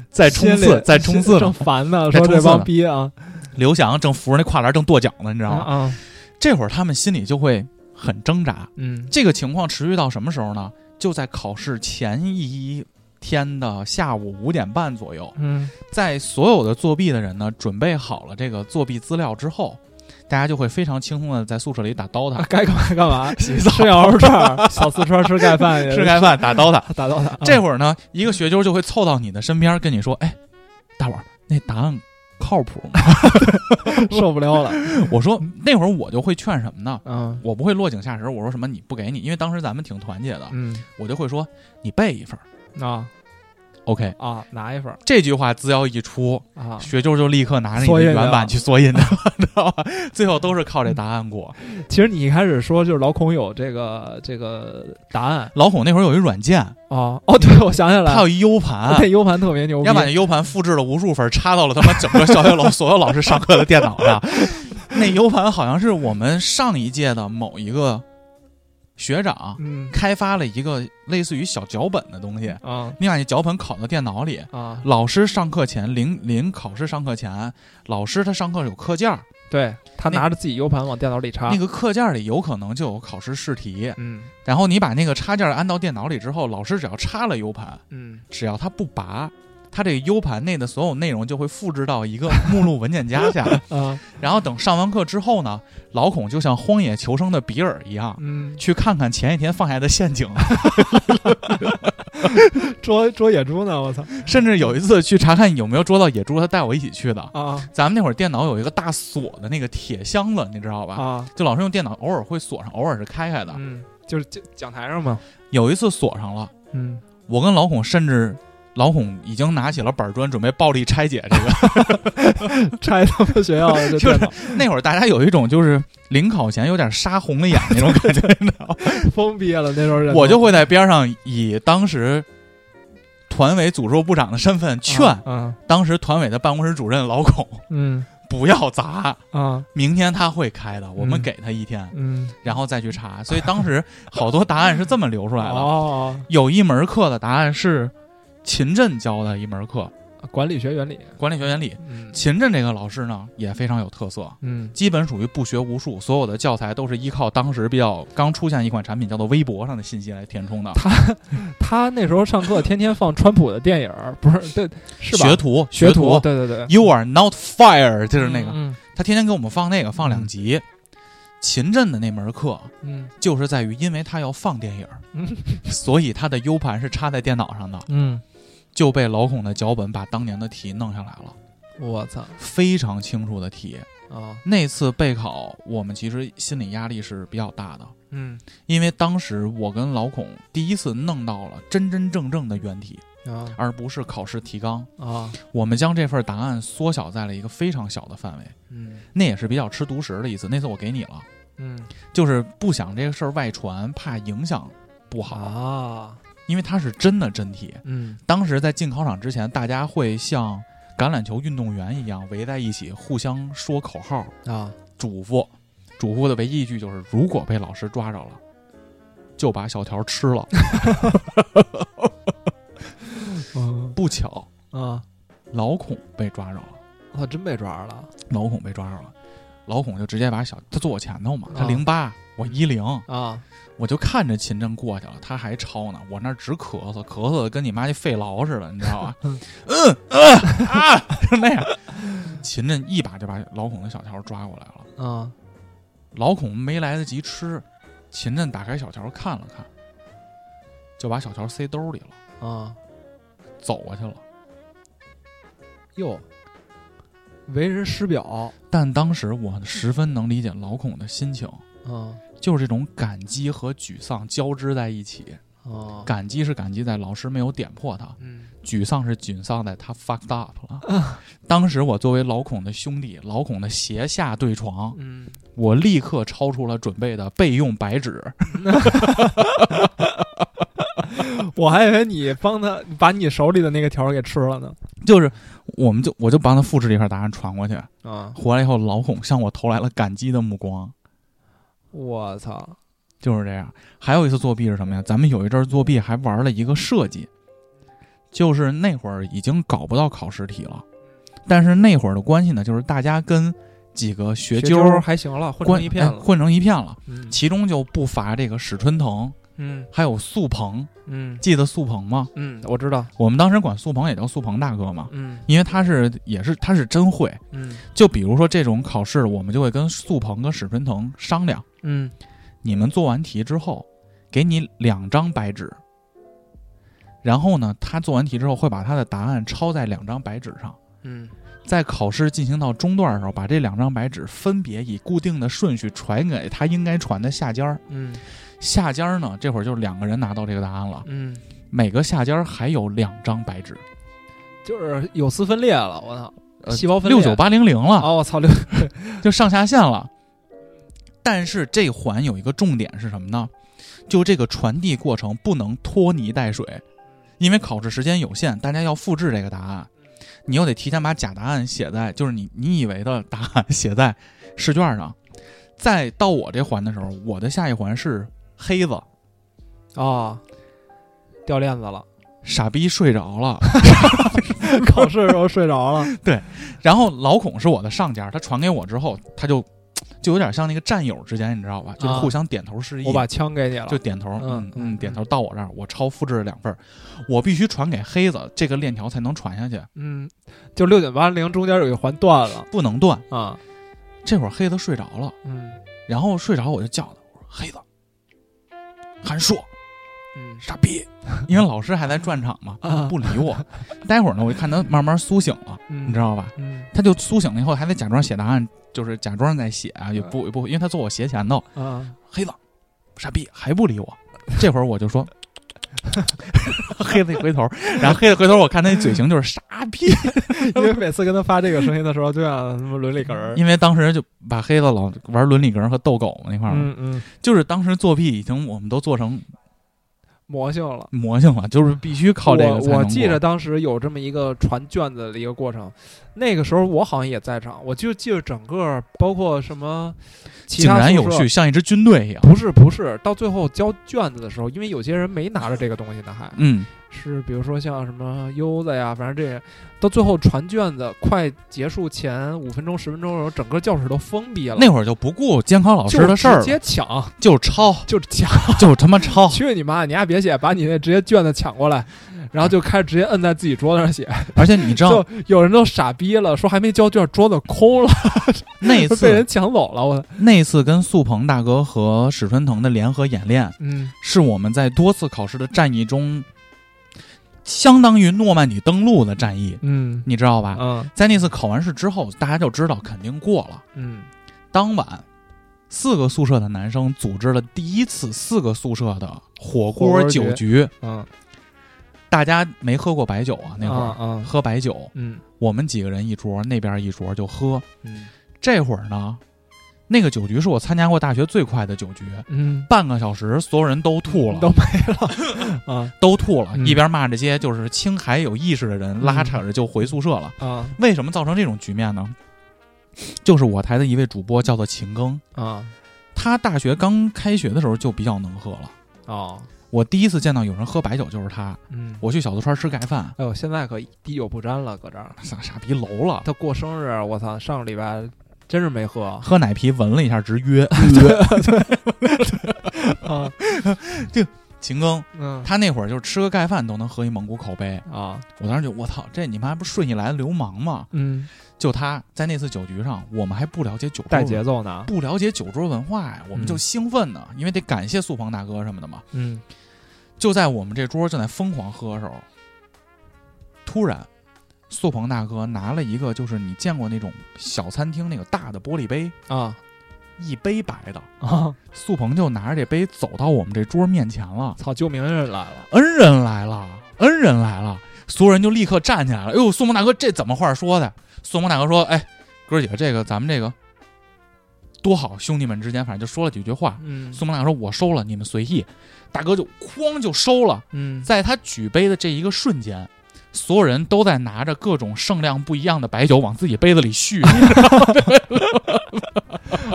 在冲心刺里，在冲刺 *laughs* 正呢。烦呢，在说冲这刺帮呢逼啊，刘翔正扶着那跨栏正跺脚呢，你知道啊吗？啊，这会儿他们心里就会很挣扎。嗯这个情况持续到什么时候呢？就在考试前一天的下午五点半左右，嗯在所有的作弊的人呢准备好了这个作弊资料之后，大家就会非常轻松的在宿舍里打啊 *laughs* DOTA，，该干嘛干嘛， *laughs* 洗澡吃羊肉串儿，小四川吃盖饭去， *laughs* 吃盖饭打 DOTA。 *laughs* 打到他，啊这会儿呢，一个学究就会凑到你的身边跟你说：“哎，大伙儿，那答案靠谱吗 *laughs* 嗯受不了了，？”我说那会儿我就会劝什么呢？ *laughs* 嗯我不会落井下石，我说什么你不给你，因为当时咱们挺团结的，嗯我就会说你背一份儿啊，OK。啊，拿一份儿这句话资料一出，啊，学究就立刻拿着你缩的印的原版去缩印的， *laughs* 知道吧？最后都是靠这答案过。其实你一开始说就是老孔有这个这个答案老孔那会儿有一软件，啊，哦，对，我想起来他了，有一 U 那盘， U 盘特别牛逼要，把那 U 盘复制了无数份儿，插到了他妈整个教学楼 *laughs* 所有老师上课的电脑上。那 U 盘好像是我们上一届的某一个学长嗯开发了一个类似于小脚本的东西，啊你把那脚本拷到电脑里，啊，老师上课前，临临考试上课前，老师他上课有课件儿，对他那拿着自己 U 盘往电脑里插那，个课件儿里有可能就有考试试题，嗯然后你把那个插件儿安到电脑里之后，老师只要插了 U 盘，嗯，只要他不拔，他这个 U 盘内的所有内容就会复制到一个目录文件夹下， *laughs* 啊然后等上完课之后呢，老孔就像荒野求生的比尔一样。嗯，去看看前一天放下的陷阱， *laughs* 捉捉野猪呢，我操甚至有一次去查看有没有捉到野猪，他带我一起去的。啊咱们那会儿电脑有一个大锁的那个铁箱子，你知道吧？啊，就老是用电脑，偶尔会锁上，偶尔是开开的。嗯，就是讲讲台上嘛，有一次锁上了，嗯， *laughs* 我跟老孔甚至老孔已经拿起了板砖，准备暴力拆解这个。拆他们学校 *laughs* 的这就是电脑那会儿大家有一种就是临考前有点杀红了眼那种 *laughs* 感觉，你知道吗？疯逼了，那时候人我都啊就会在边上以当时团委组织部部长的身份劝、啊啊当时团委的办公室主任老孔嗯不要砸，啊明天他会开的，我们嗯给他一天，嗯，然后再去查。所以当时好多答案是这么流出来的。哦，有一门课的答案是秦震教的一门课，管理学原理，管理学原理。哦嗯秦震这个老师呢也非常有特色，嗯基本属于不学无术，所有的教材都是依靠当时比较刚出现一款产品叫做微博上的信息来填充的。他那时候上课天天放川普的电影儿，不是对是吧？学徒，学徒对对对， ，You are not fired，就是那个，嗯他天天给我们放那个，放两嗯集。秦震的那门课嗯就是在于，因为他要放电影，嗯所以他的 U 盘是插在电脑上的，嗯，就被老孔的脚本把当年的题弄下来了，我操非常清楚的题。啊那次备考，我们其实心理压力是比较大的，嗯因为当时我跟老孔第一次弄到了真真正正的原题，啊而不是考试提纲。啊我们将这份答案缩小在了一个非常小的范围，嗯那也是比较吃独食的一次。那次我给你了，嗯，就是不想这个事儿外传，怕影响不好，啊，因为它是真的真题。嗯当时在进考场之前，大家会像橄榄球运动员一样围在一起，互相说口号、啊，嘱咐。嘱咐的唯一一句就是：如果被老师抓着了，就把小条吃了。嗯不巧，啊，老孔被抓着了，我真被抓着了老孔被抓着了，老孔就直接把小他坐我前头嘛，他啊零八、我一零，啊，我就看着秦震过去了，他还抄呢，我那儿直咳嗽，咳嗽的跟你妈那肺痨似的，你知道吧？嗯嗯啊， *laughs* 就那样。秦震一把就把老孔的小条抓过来了，啊，老孔没来得及吃，秦震打开小条看了看，就把小条塞兜里了，啊，走过去了。哟，为人师表，但当时我十分能理解老孔的心情，嗯就是这种感激和沮丧交织在一起。啊，感激是感激在老师没有点破他，嗯沮丧是沮丧在他 fucked up 了。 *laughs* 当时我作为老孔的兄弟，老孔的斜下对床，嗯，我立刻抄出了准备的备用白纸。 *laughs* 我还以为你帮他把你手里的那个条儿给吃了呢，就是，我们就我就帮他复制了一份答案传过去。啊，回来以后，老孔向我投来了感激的目光，我操，就是这样。还有一次作弊是什么呀？咱们有一阵儿作弊还玩了一个设计，就是那会儿已经搞不到考试题了，但是那会儿的关系呢，就是大家跟几个学究究儿还行了，混成混一片哎了，混成一片了。嗯其中就不乏这个史春腾，嗯还有素鹏，嗯记得素鹏吗？嗯，我知道，我们当时管素鹏也叫素鹏大哥嘛，嗯因为他是也是他是真会。嗯就比如说这种考试，我们就会跟素鹏跟史春腾商量，嗯你们做完题之后，给你两张白纸，然后呢，他做完题之后会把他的答案抄在两张白纸上。嗯在考试进行到中段的时候，把这两张白纸分别以固定的顺序传给他应该传的下家儿。嗯下家儿呢，这会儿就两个人拿到这个答案了，嗯，每个下家儿还有两张白纸，就是有丝分裂了，我操，呃细胞分六裂九八零零了，啊，我操六， *laughs* 就上下线了。但是这环有一个重点是什么呢？就这个传递过程不能拖泥带水，因为考试时间有限，大家要复制这个答案，你又得提前把假答案写在，就是你你以为的答案写在试卷上。再到我这环的时候，我的下一环是黑子，啊，掉链子了，傻逼睡着 *laughs* 了， *laughs* 考试的时候睡 *laughs* 着了，然后老孔是我的上家，他传给我之后，他就就有点像那个战友之间，你知道吧？就是互相点头示意，我把枪给你了，就点头，嗯嗯嗯，嗯点头到我这儿，我抄复制了两份儿，我必须传给黑子，这个链条才能传下去，嗯，就六点八零中间有一环断了不能断。啊，这会儿黑子睡着了，嗯然后睡着我就叫他，我说黑子，韩硕，嗯傻逼，因为老师还在转场嘛，啊不理我。待会儿呢，我就看他慢慢苏醒了，嗯，你知道吧？嗯他就苏醒了以后，还得假装写答案，就是假装在写啊，也不也不，因为他坐我斜前头。啊，黑子，傻逼还不理我。这会儿我就说， *laughs* 黑子一回头，然后黑子回头，我看他那嘴型就是傻逼， *laughs* 因为每次跟他发这个声音的时候，就像什么伦理哏儿，因为当时就把黑子老玩伦理哏儿和逗狗那块儿嘛，嗯嗯，就是当时作弊已经我们都做成魔性了。魔性了，就是必须靠这个才能我我过记着当时有这么一个传卷子的一个过程，那个时候我好像也在场，我就记得整个包括什么其井他然宿有舍序，像一支军队一样。不是不是，到最后交卷子的时候，因为有些人没拿着这个东西呢，还嗯，是比如说像什么优子呀，反正这到最后传卷子快结束前五分钟十分钟的时候，整个教室都封闭了，那会儿就不顾监考老老师的事儿直了，接抢，就抄，就抢，。就他妈抄 *laughs* 去你妈！你丫别写，把你那直接卷子抢过来，然后就开始直接摁在自己桌子上写，而且你知道就有人都傻逼了，说还没交卷， *laughs* 桌子空了，那被次人抢走了，我，那次跟素鹏大哥和史春腾的联合演练，嗯是我们在多次考试的战役中，相当于诺曼底登陆的战役，嗯你知道吧？嗯在那次考完试之后，大家就知道肯定过了。嗯当晚，四个宿舍的男生组织了第一次四个宿舍的火火锅锅酒局局，嗯，大家没喝过白酒啊，那会儿、嗯喝白酒，嗯我们几个人一桌，那边一桌就喝。嗯这会儿呢，那个酒局是我参加过大学最快的酒局，嗯，半个小时所有人都吐了，都没了 *laughs* 啊都吐了，嗯一边骂这些就是青海有意识的人，嗯拉扯着就回宿舍了。啊为什么造成这种局面呢？就是我台的一位主播叫做秦庚，啊他大学刚开学的时候就比较能喝了。哦，我第一次见到有人喝白酒就是他，嗯，我去小四川吃盖饭，哎呦，现在可滴酒不沾了，搁这儿。傻傻逼楼了，他过生日，我操，上个礼拜真是没喝 *laughs* 啊喝奶啤闻了一下直约。 *laughs* 秦庚啊嗯他那会儿就是吃个盖饭都能喝一蒙古口碑，啊我当时就我操，这你妈不是顺义来的流氓吗？嗯，就他在那次酒局上，我们还不了解酒桌带文节奏呢，不了解酒桌文化呀，我们嗯就兴奋呢，因为得感谢素鹏大哥什么的嘛。嗯就在我们这桌正在疯狂喝的时候，突然，素鹏大哥拿了一个就是你见过那种小餐厅那个大的玻璃杯，啊一杯白的。啊，素鹏就拿着这杯走到我们这桌面前了，操，救命人来了，恩人来了，恩人来了，所有人就立刻站起来了。哎呦，素鹏大哥这怎么话说的？素鹏大哥说：“哎，哥几个，这个咱们这个多好，兄弟们之间反正就说了几句话。”嗯苏梦大哥说：“我收了，你们随意。”大哥就哐就收了。嗯在他举杯的这一个瞬间，所有人都在拿着各种盛量不一样的白酒往自己杯子里续，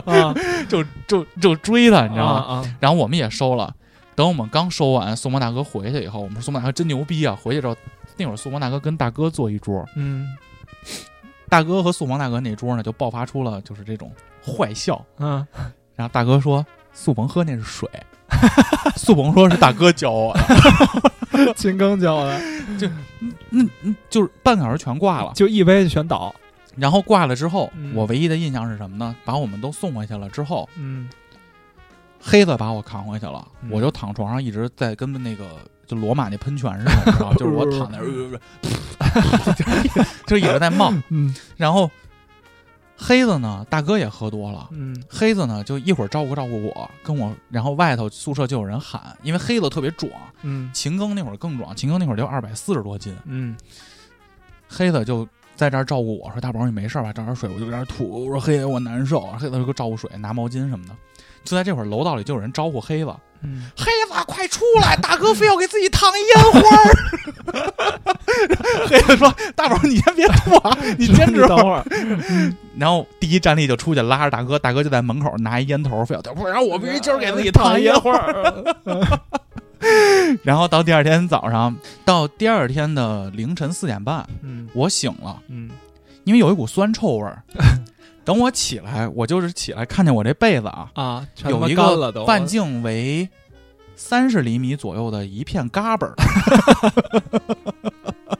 啊，就就就追他，你知道吗？啊然后我们也收了。等我们刚收完，苏梦大哥回去以后，我们说苏梦大哥真牛逼啊！回去之后，那会儿苏梦大哥跟大哥坐一桌，嗯大哥和素鹏大哥那桌呢就爆发出了就是这种坏笑。嗯 *laughs* 然后大哥说：“素鹏喝那是水。” *laughs* 素鹏说是大哥教我的。秦庚教的，那那就是半个小时全挂了，就一杯全倒，然后挂了之后，嗯我唯一的印象是什么呢？把我们都送回去了之后，嗯黑子把我扛回去了，嗯我就躺床上一直在跟那个就罗马那喷泉似的，你知 *laughs* 道吗，就是我躺那儿， *laughs* 呃呃呃就一直在冒。嗯然后黑子呢，大哥也喝多了。嗯黑子呢，就一会儿照顾照顾我，跟我，然后外头宿舍就有人喊，因为黑子特别壮，嗯秦庚那会儿更壮，秦庚那会儿就二百四十多斤，嗯黑子就在这儿照顾我说：“大宝，你没事吧？找点水。”我就在那儿吐，我说：“黑子，我难受。”啊黑子就给我照顾水，拿毛巾什么的。就在这会儿，楼道里就有人招呼黑子嗯：“黑子，快出来！大哥非要给自己烫烟花儿。” *laughs* 黑子说：“大宝，你先别吐啊，你坚持等会儿。会儿，”然后第一站立就出去拉着大哥，大哥就在门口拿一烟头，非要吐，然后我必须今儿给自己烫烟花儿。花儿，然后到第二天早上，到第二天的凌晨四点半， *laughs* 嗯我醒了。嗯因为有一股酸臭味 *laughs* 儿。等我起来，我就是起来看见我这被子啊，啊，全他有妈一干了都个，半径为三十厘米左右的一片嘎巴儿，哦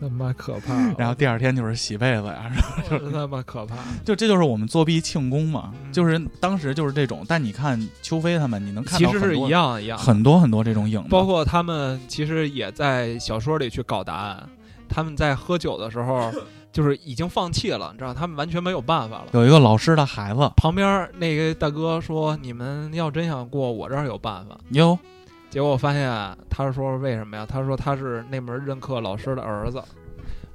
他妈可 *laughs* 怕了，然后第二天就是洗被子呀、 *laughs* 真他妈可怕。就这就是我们作弊庆功嘛，嗯就是当时就是这种。但你看邱飞他们，你能看其到实很是多一样一样，很多很多这种影子，包括他们其实也在小说里去搞答案。他们在喝酒的时候，就是已经放弃了，你知道，他们完全没有办法了。有一个老师的孩子旁边那个大哥说：“你们要真想过，我这儿有办法。哟，”结果我发现啊他是说为什么呀？他说他是那门任课老师的儿子，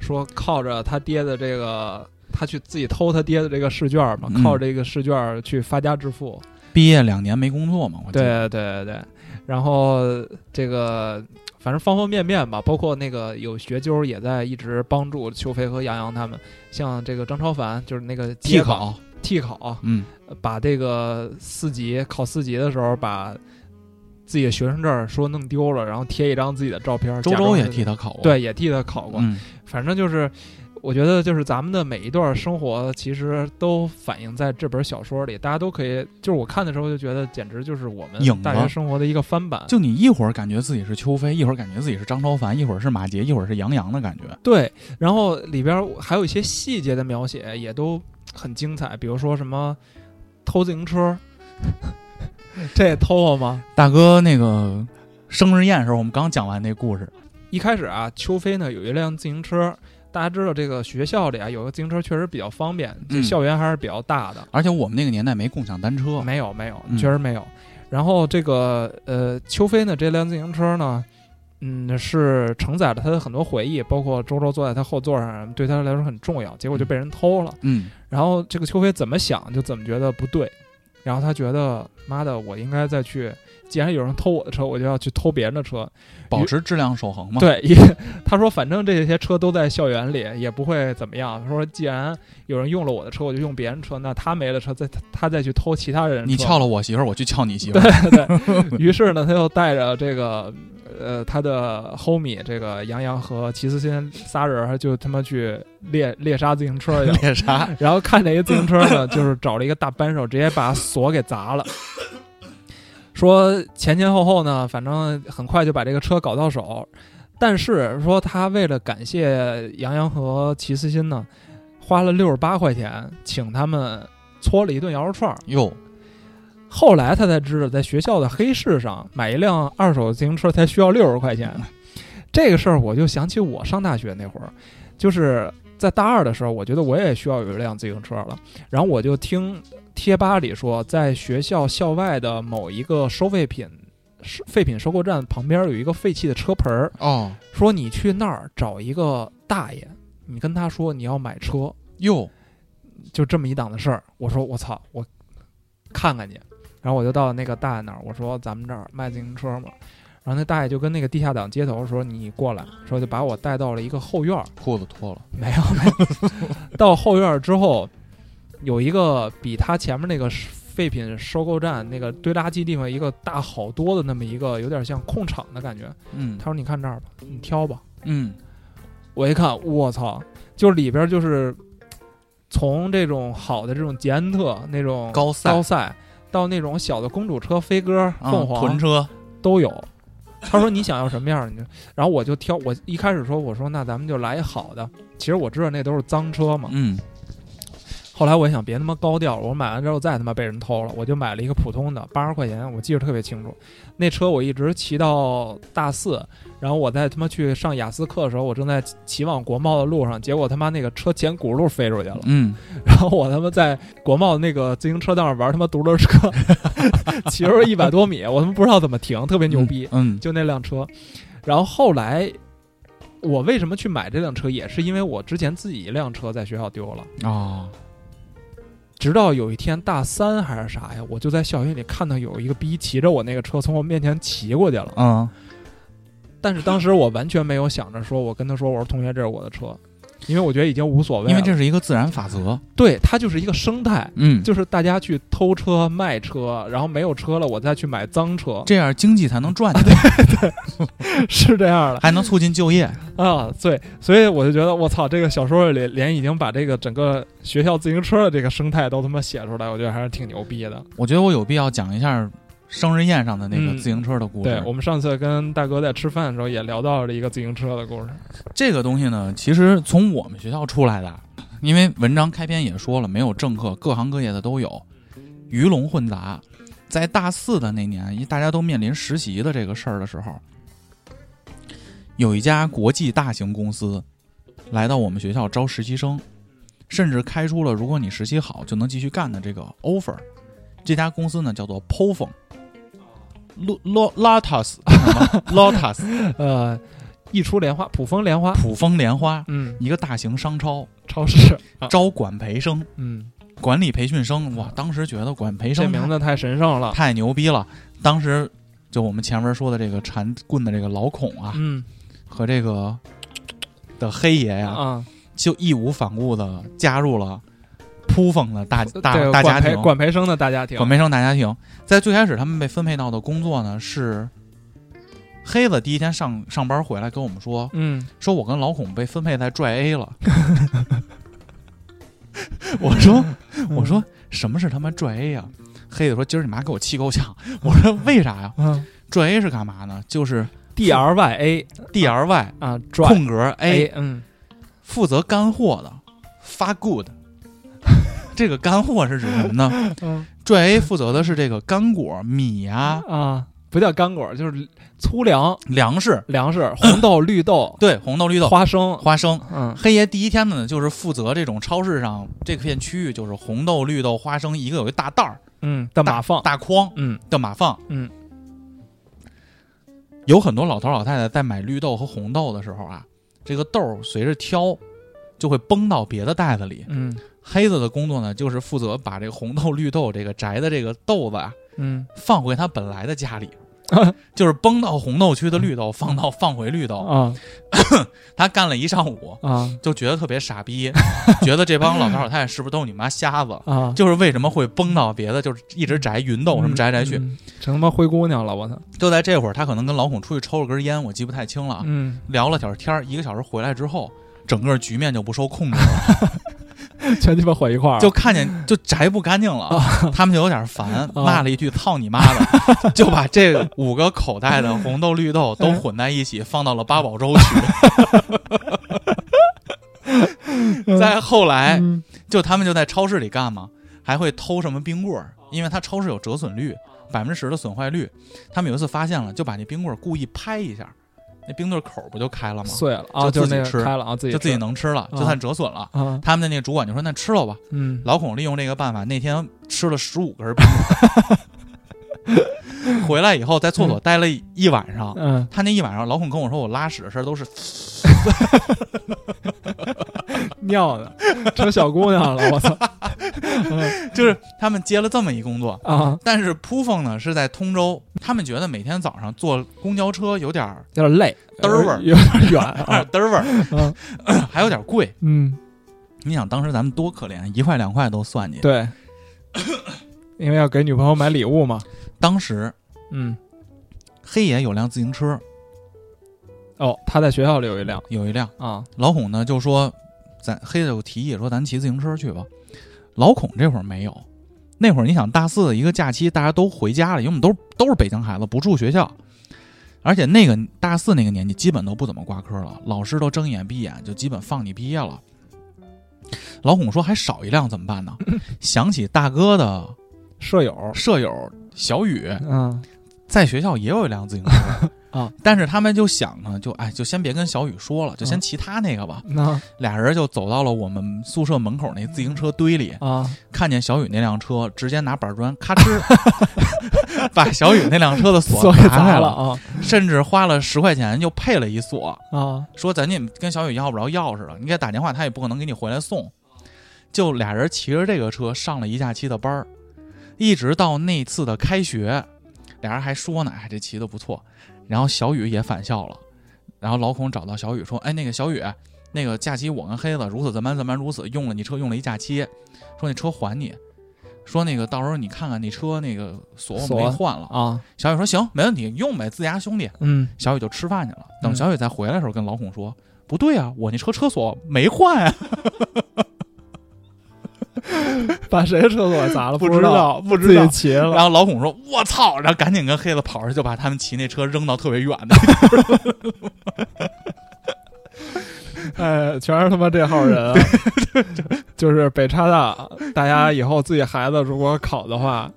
说靠着他爹的这个，他去自己偷他爹的这个试卷嘛，嗯靠着这个试卷去发家致富。毕业两年没工作嘛，我记得对对对，然后这个反正方方面面吧，包括那个有学究也在一直帮助邱飞和杨洋他们，像这个张超凡就是那个替街坊考，替考，嗯，把这个四级考四级的时候把自己的学生证说弄丢了，然后贴一张自己的照片儿，周假周装也是替，他考过，对，也替他考过，嗯，反正就是。我觉得就是咱们的每一段生活，其实都反映在这本小说里，大家都可以。就是我看的时候就觉得，简直就是我们影大了学生活的一个翻版。就你一会儿感觉自己是邱飞，一会儿感觉自己是张超凡，一会儿是马杰，一会儿是杨洋的感觉。对，然后里边儿还有一些细节的描写也都很精彩，比如说什么偷自行车， *laughs* 这也偷了吗？大哥那个生日宴的时候，我们刚讲完那故事，一开始啊，邱飞呢有一辆自行车，大家知道这个学校里啊有个自行车确实比较方便，这嗯校园还是比较大的。而且我们那个年代没共享单车，没有没有嗯，确实没有。然后这个呃，邱飞呢这辆自行车呢，嗯，是承载了他的很多回忆，包括周周坐在他后座上，对他来说很重要。结果就被人偷了。嗯然后这个邱飞怎么想就怎么觉得不对，然后他觉得妈的，我应该再去，既然有人偷我的车，我就要去偷别人的车。保持质量守恒嘛。，对，也 *laughs* 他说反正这些车都在校园里，也不会怎么样。他说既然有人用了我的车，我就用别人车，那他没了车，再他他再去偷其他人的车。你 *laughs* 撬了我媳妇儿，我去撬你媳妇儿。于是呢，他又带着这个呃他的 homie 这个杨洋和齐思欣仨人儿就他妈去猎猎杀自行车去了。 *laughs* 猎杀，然后看着一自行车呢，就是找了一个大扳手，直接把锁给砸了。说前前后后呢，反正很快就把这个车搞到手。但是说他为了感谢杨洋和齐思欣呢，花了六十八块钱请他们搓了一顿羊肉串儿。 *laughs* 哟，后来他才知道，在学校的黑市上买一辆二手自行车才需要六十块钱。这个事儿我就想起我上大学那会儿，就是在大二的时候，我觉得我也需要有一辆自行车了。然后我就听贴吧里说，在学校校外的某一个收废品是废品收购站旁边有一个废弃的车盆儿，哦，说你去那儿找一个大爷，你跟他说你要买车，哟，就这么一档子事儿。我说我操，我看看去。然后我就到那个大爷那儿，我说咱们这儿卖自行车嘛。然后那大爷就跟那个地下党接头说：“你过来。”说就把我带到了一个后院儿，裤子脱了，没有没有。 *laughs* 到后院儿之后，有一个比他前面那个废品收购站那个堆垃圾地方一个大好多的那么一个，有点像空场的感觉。嗯他说：“你看这儿吧，你挑吧。”嗯，我一看，我操，就里边就是从这种好的这种捷安特那种高赛高赛，到那种小的公主车、飞鸽、啊凤凰、屯车，都有。他说你想要什么样儿，你就，然后我就挑。我一开始说，我说那咱们就来一好的。其实我知道那都是脏车嘛。嗯，后来我一想，别他妈高调了，我买完之后再他妈被人偷了，我就买了一个普通的，八十块钱，我记得特别清楚。那车我一直骑到大四，然后我在他妈去上雅思课的时候，我正在骑往国贸的路上，结果他妈那个车前轱辘飞出去了， *laughs* 嗯，然后我他妈在国贸那个自行车道上玩他妈独轮车， *laughs* 骑了一百多米，我他妈不知道怎么停，特别牛逼。嗯，就那辆车。然后后来我为什么去买这辆车，也是因为我之前自己一辆车在学校丢了。哦，直到有一天大三还是啥呀，我就在校园里看到有一个逼骑着我那个车从我面前骑过去了。嗯，但是当时我完全没有想着说，我跟他说我说同学这是我的车，因为我觉得已经无所谓了。因为这是一个自然法则，对它就是一个生态，嗯，就是大家去偷车卖车，然后没有车了我再去买脏车，这样经济才能赚起来，是这样的。还能促进就业， *laughs* 啊，对，所以我就觉得我操，这个小说里连已经把这个整个学校自行车的这个生态都他妈写出来，我觉得还是挺牛逼的。我觉得我有必要讲一下生日宴上的那个嗯自行车的故事。对我们上次跟大哥在吃饭的时候也聊到了一个自行车的故事，这个东西呢，其实从我们学校出来的，因为文章开篇也说了，没有政客，各行各业的都有，鱼龙混杂。在大四的那年，因为大家都面临实习的这个事儿的时候，有一家国际大型公司来到我们学校招实习生，甚至开出了如果你实习好就能继续干的这个 offer。这家公司呢叫做 Pofeng。Lo Lo Lotus ，Lotus *laughs* 呃，一出莲花，普丰莲花，普丰莲花，嗯，一个大型商超超市，啊招管培生、嗯，管理培训生，哇，当时觉得管培这生名字太神圣了，太牛逼了。当时就我们前面说的这个缠棍的这个老孔啊，嗯和这个的黑爷哎呀、啊，就义无反顾的加入了扑风的大大对大家管培庭。管培生的大家庭，管培生大家庭，在最开始他们被分配到的工作呢是，黑子第一天上上班回来跟我们说，嗯，说我跟老孔被分配在拽 A 了。我说我说什么是他妈拽 A 呀、黑子说今儿你妈给我气够呛。我说为啥呀？嗯拽 A 是干嘛呢？就是，D R Y A D R Y *laughs* 啊，转空格 A， A 嗯，负责干货的，发 good。这个干货是指什么呢？嗯拽 A 负责的是这个干果、米呀、啊，不叫干果，就是粗粮、粮食，粮食，红豆、绿豆、对，红豆、绿豆、花生，花生。嗯黑爷第一天呢，就是负责这种超市上这片区域，就是红豆、绿豆、花生，一个有一大袋儿嗯的大马放，大筐嗯的码放。嗯，有很多老头老太太在买绿豆和红豆的时候啊，这个豆儿随着挑就会崩到别的袋子里。嗯黑子的工作呢，就是负责把这个红豆、绿豆这个摘的这个豆子啊，嗯放回他本来的家里， *laughs* 就是崩到红豆区的绿豆，放到放回绿豆。啊他干了一上午，啊就觉得特别傻逼， *laughs* 觉得这帮老头老太太是不是都是你妈瞎子？啊，就是为什么会崩到别的，就是一直摘芸豆什么摘来摘去。嗯，嗯成他妈灰姑娘了，我操！就在这会儿，他可能跟老孔出去抽了根烟，我记不太清了啊。嗯，聊了会儿天儿，一个小时回来之后，整个局面就不受控制了，全鸡巴混一块儿了，就看见就宅不干净了，他们就有点烦，啊骂了一句“操你妈的”， *laughs* 就把这五个口袋的红豆绿豆都混在一起，放到了八宝 *laughs* 粥去。再后来，嗯就他们就在超市里干嘛，还会偷什么冰棍儿，因为他超市有折损率，百分之十的损坏率。他们有一次发现了，就把那冰棍儿故意拍一下，那冰棍儿口儿不就开了吗？碎了啊，就就自是己那吃个开了啊，自己就自己吃能吃了，嗯就啊算折损了。啊，他们的那个主管就说：“那吃了吧。”嗯老孔利用这个办法，那天吃了十五根冰棍儿，回来以后在厕所待了一晚上。嗯，他那一晚上，老孔跟我说，我拉屎的事儿都是尿的成小姑娘了，我操就是他们接了这么一工作。啊，但是扑凤呢是在通州，他们觉得每天早上坐公交车 *laughs* 有点儿有点累，嘚儿味儿有点远有点啊儿，嘚儿味儿，嗯还有点贵。嗯，你想当时咱们多可怜，一块两块都算计。 *laughs* 对，因为要给女朋友买礼物嘛，当时嗯，黑爷有辆自行车，哦，他在学校里有一辆有一辆。啊，老孔呢就说，咱黑子有提议说咱骑自行车去吧。老孔这会儿没有，那会儿你想大四的一个假期，大家都回家了，因为我们都都是北京孩子，不住学校，而且那个大四那个年纪基本都不怎么挂科了，老师都睁眼闭眼就基本放你毕业了。老孔说还少一辆怎么办呢？想起大哥的舍友，舍友小雨，嗯在学校也有一辆自行车啊，但是他们就想呢，就哎，就先别跟小雨说了，就先嗯骑他那个吧。那俩人就走到了我们宿舍门口那自行车堆里，啊看见小雨那辆车，直接拿板砖咔哧， *laughs* 把小雨那辆车的锁锁给砸砸开了了，啊甚至花了十块钱又配了一锁，啊，说咱也跟小雨要不着钥匙了，你给他打电话，他也不可能给你回来送。就俩人骑着这个车上了一假期的班儿，一直到那次的开学，俩人还说呢，哎，这骑的不错。然后小雨也返校了，然后老孔找到小雨说，哎，那个小雨，那个假期我跟黑子如此怎般怎般如此，用了你车用了一假期，说那车还你，说那个到时候你看看你车那个锁我们锁没换了。啊，小雨说行，没问题，用呗，自家兄弟。嗯，小雨就吃饭去了。等嗯小雨再回来的时候，跟老孔说：“不对啊，我那车车锁没 *laughs* 换啊，把谁的厕所砸了？不知知道， *laughs* 不自己骑了然后老孔说：“我操！”然后赶紧跟黑子跑出去，就把他们骑那车扔到特别远的。 *laughs* 哎，全是他妈这号人、啊， *laughs* 就是北叉大，大家以后自己孩子如果考的话，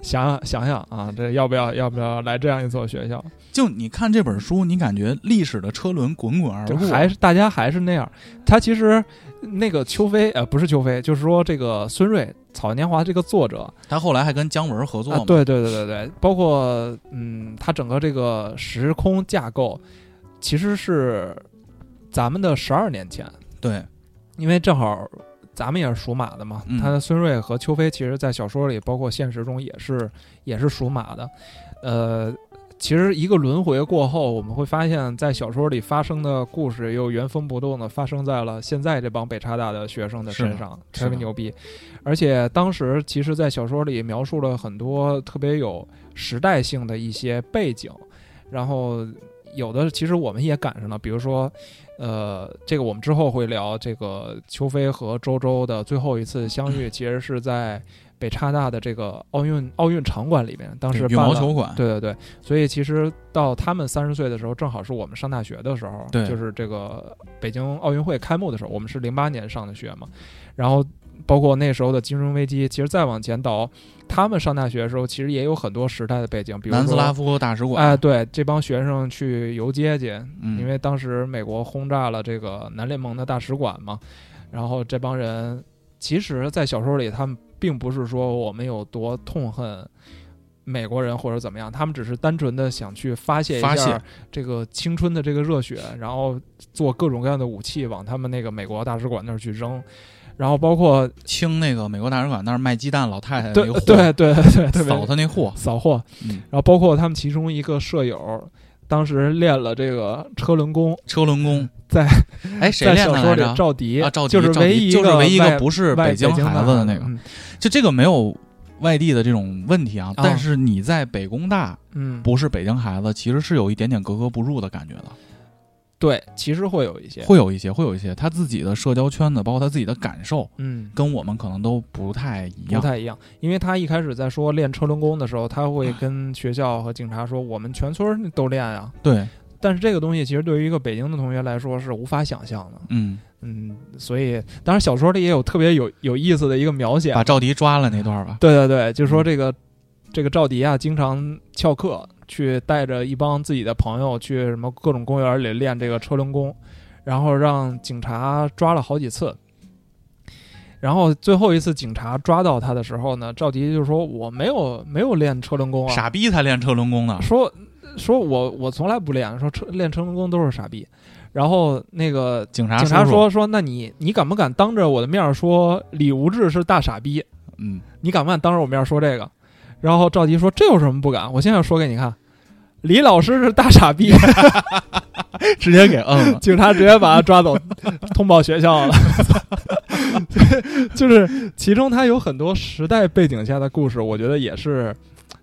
想想想啊，这要不要要不要来这样一所学校？就你看这本书，你感觉历史的车轮滚滚而就过，还是大家还是那样。他其实那个邱飞，呃，不是邱飞，就是说这个孙瑞《草年华》这个作者 *laughs* 他后来还跟姜文合作啊嘛，，对对对对对，包括嗯，他整个这个时空架构其实是咱们的十二年前。对因为正好咱们也是属马的嘛，嗯他孙瑞和邱飞其实，在小说里，包括现实中也是也是属马的。呃，其实一个轮回过后，我们会发现，在小说里发生的故事又原封不动的发生在了现在这帮北叉大的学生的身上，是的特别牛逼。而且当时其实，在小说里描述了很多特别有时代性的一些背景，然后有的其实我们也赶上了，比如说，呃，这个我们之后会聊这个邱飞和周周的最后一次相 *laughs* 遇，其实是在北叉大的这个奥运奥运场馆里面，当羽时啊办毛了球馆，对对对，所以其实到他们三十岁的时候，正好是我们上大学的时候，对就是这个北京奥运会开幕的时候，我们是零八年上的学嘛，然后包括那时候的金融危机，其实再往前倒，他们上大学的时候，其实也有很多时代的背景，比如南斯拉说。夫大使馆，哎，对，这帮学生去游街去，嗯，因为当时美国轰炸了这个南联盟的大使馆嘛，然后这帮人其实，在小说里他们并不是说我们有多痛恨美国人或者怎么样，他们只是单纯的想去发泄一发下泄这个青春的这个热血，然后做各种各样的武器往他们那个美国大使馆那儿去扔，然后包括清那个美国大使馆那儿卖鸡蛋老太太那对哎个货，对对对对，扫他那货，扫货，嗯，然后包括他们其中一个舍友，当时练了这个车轮功，车轮功在哎谁在练小的说来里着？赵迪啊，赵迪，就是赵唯迪一就是唯一一外个不是外京京孩子的那个，嗯就这个没有外地的这种问题啊。啊但是你在北工大嗯，不是北京孩子，其实是有一点点格格不入的感觉的，对，其实会有一些，会有一些，会有一些他自己的社交圈子，包括他自己的感受，嗯，跟我们可能都不太一不样。太一样，因为他一开始在说练车轮功的时候，他会跟学校和警察说，我们全村儿都练啊。对，但是这个东西其实对于一个北京的同学来说是无法想象的，嗯，嗯，所以当然小说里也有特别有有意思的一个描写啊，把赵迪抓了那段儿吧。对对对，就说嗯这个、这个赵迪啊，经常翘课去带着一帮自己的朋友去什么各种公园里练这个车轮功，然后让警察抓了好几次。然后最后一次警察抓到他的时候呢，赵迪就说：“我没有没有练车轮功啊，傻逼才练车轮功呢，说说我我从来不练，说车练车轮功都是傻逼。”然后那个警察警察叔叔说：“说那你你敢不敢当着我的面儿说李无志是大傻逼？” *laughs* 嗯，你敢不敢当着我面说这个？然后赵迪说：“这有什么不敢？我现在说给你看，李老师是大傻逼。 *laughs* 直接给摁”了。警察直接把他抓走，通报学校了。 *laughs* 就是其中他有很多时代背景下的故事，我觉得也是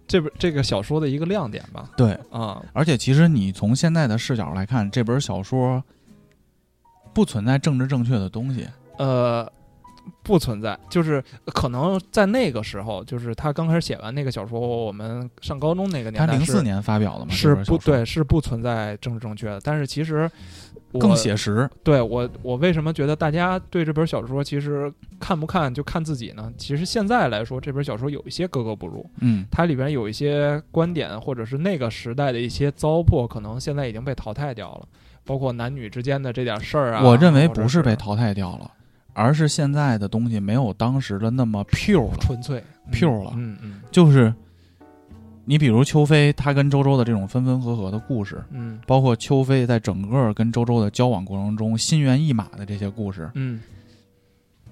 这本这个小说的一个亮点吧。对，啊、而且其实你从现在的视角来看，这本小说不存在政治正确的东西。呃，不存在，就是可能在那个时候，就是他刚开始写完那个小说，我们上高中那个他年代零是，四年发表的嘛，是这本小不说对，是不存在政治正确的。但是其实嗯我啊更写实。对我，我为什么觉得大家对这本小说其实看不看就看自己呢？其实现在来说，这本小说有一些格格不入，嗯，它里边有一些观点或者是那个时代的一些糟粕，可能现在已经被淘汰掉了，包括男女之间的这点事儿啊。我认为或不者是是被淘汰掉了，而是现在的东西没有当时的那么 pure 了。纯粹 pure 了嗯嗯就是你比如邱飞，他跟周周的这种分分合合的故事，嗯包括邱飞在整个跟周周的交往过程中心猿意马的这些故事，嗯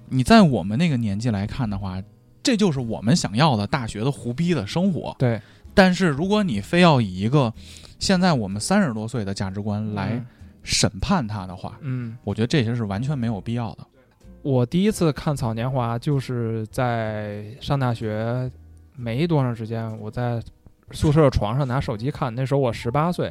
你在我们那个年纪来看的话，这就是我们想要的大学的胡逼的生活。对，但是如果你非要以一个现在我们三十多岁的价值观来嗯审判它的话，嗯。我觉得这些是完全没有必要的。我第一次看《草年华》就是在上大学没多长时间，我在宿舍床上拿手机看，那时候我十八岁。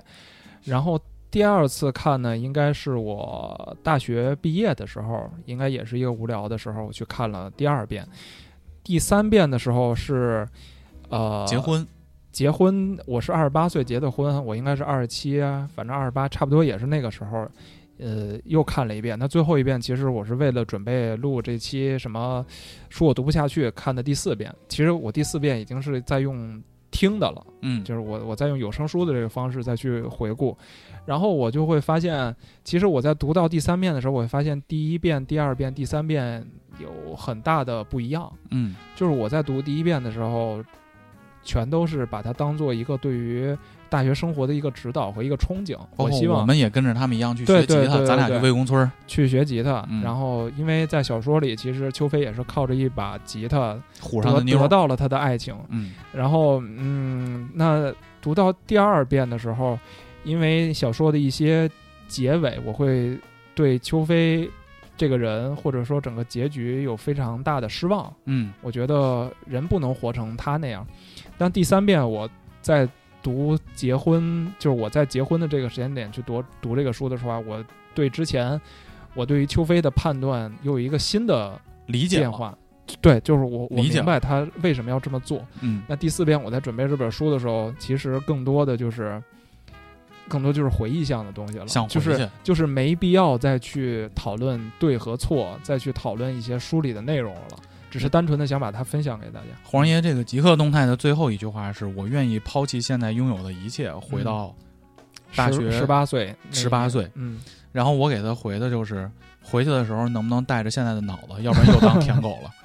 然后第二次看呢，应该是我大学毕业的时候，应该也是一个无聊的时候，我去看了第二遍。第三遍的时候是，呃，结婚，结婚，我是二十八岁结的婚，我应该是二十七啊，反正二十八，差不多也是那个时候。呃，又看了一遍。那最后一遍，其实我是为了准备录这期什么书我读不下去看的第四遍。其实我第四遍已经是在用听的了，嗯，就是我我在用有声书的这个方式再去回顾，然后我就会发现，其实我在读到第三遍的时候，我会发现第一遍、第二遍、第三遍有很大的不一样。嗯，就是我在读第一遍的时候，全都是把它当做一个对于大学生活的一个指导和一个憧憬。包我括希哦我望们也跟着他们一样去学对吉对他，对咱俩去对魏公村儿去学吉他，嗯然后因为在小说里，其实邱飞也是靠着一把吉他虎上得的妞得儿。到了他的爱情。嗯，然后，嗯，那读到第二遍的时候，因为小说的一些结尾，我会对邱飞这个人或者说整个结局有非常大的失望。嗯，我觉得人不能活成他那样。但第三遍我在读结婚，就是我在结婚的这个时间点去读读这个书的时候啊，我对之前我对于邱飞的判断又有一个新的理解变了。化。对，就是我我理解明白他为什么要这么做。嗯，那第四遍我在准备这本书的时候，其实更多的就是，更多就是回忆向的东西了，想回就去是就是没必要再去讨论对和错，再去讨论一些书里的内容了，只是单纯的想把它分享给大家。黄爷这个极客动态的最后一句话是：我愿意抛弃现在拥有的一切，嗯回到。大学十八岁，那一年18岁，嗯，然后我给他回的就是：回去的时候能不能带着现在的脑子，要不然又当舔狗了。 *laughs*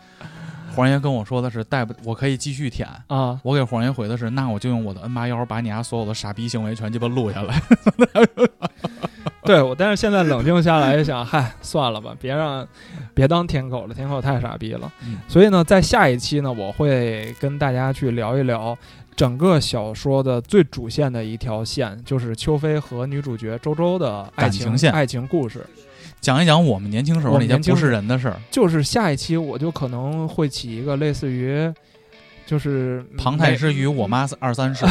黄爷跟我说的是带不，我可以继续舔。啊，我给黄爷回的是，那我就用我的 N 八幺把你家所有的傻逼行为全鸡巴录下来。 *laughs* 对我，但是现在冷静下来一想，嗨，算 *laughs* 了吧，别让，别当舔狗了，舔狗太傻逼了。嗯所以呢，在下一期呢，我会跟大家去聊一聊整个小说的最主线的一条线，就是邱飞和女主角周周的爱感情线爱情故事。讲一讲我们年轻时候我那们些年轻不是时人的事儿，就是下一期我就可能会起一个类似于，就是嗯庞太之之于我嗯妈二三 *laughs* 十。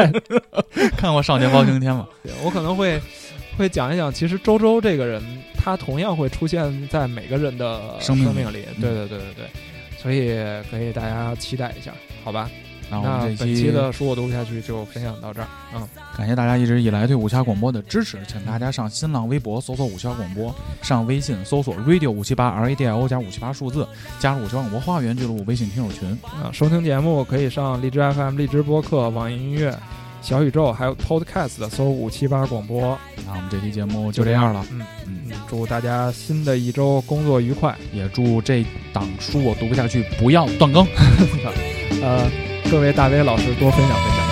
*laughs* 看过《少年包青天》吗？我可能会会讲一讲，其实周周这个人，他同样会出现在每个人的生生命里嗯命里。对对对对对，所以可以大家期待一下，好吧？然后我那们这本期的书我读不下去，就分享到这儿。嗯，感谢大家一直以来对武侠广播的支持，请大家上新浪微博搜索“武侠广播”，上微信搜索 “radio 五七八 r a d i o” 加五七八数字，加入武侠广播花园俱乐部微信听友群。啊，收听节目可以上荔枝 FM、荔枝播客、网易音乐、小宇宙，还有 Podcast 搜五七八广播。那我们这期节目就这样了，嗯嗯嗯，，祝大家新的一周工作愉快。也祝这档书我读不下去，不要断更。呃，各位大 V 老师多分享分享。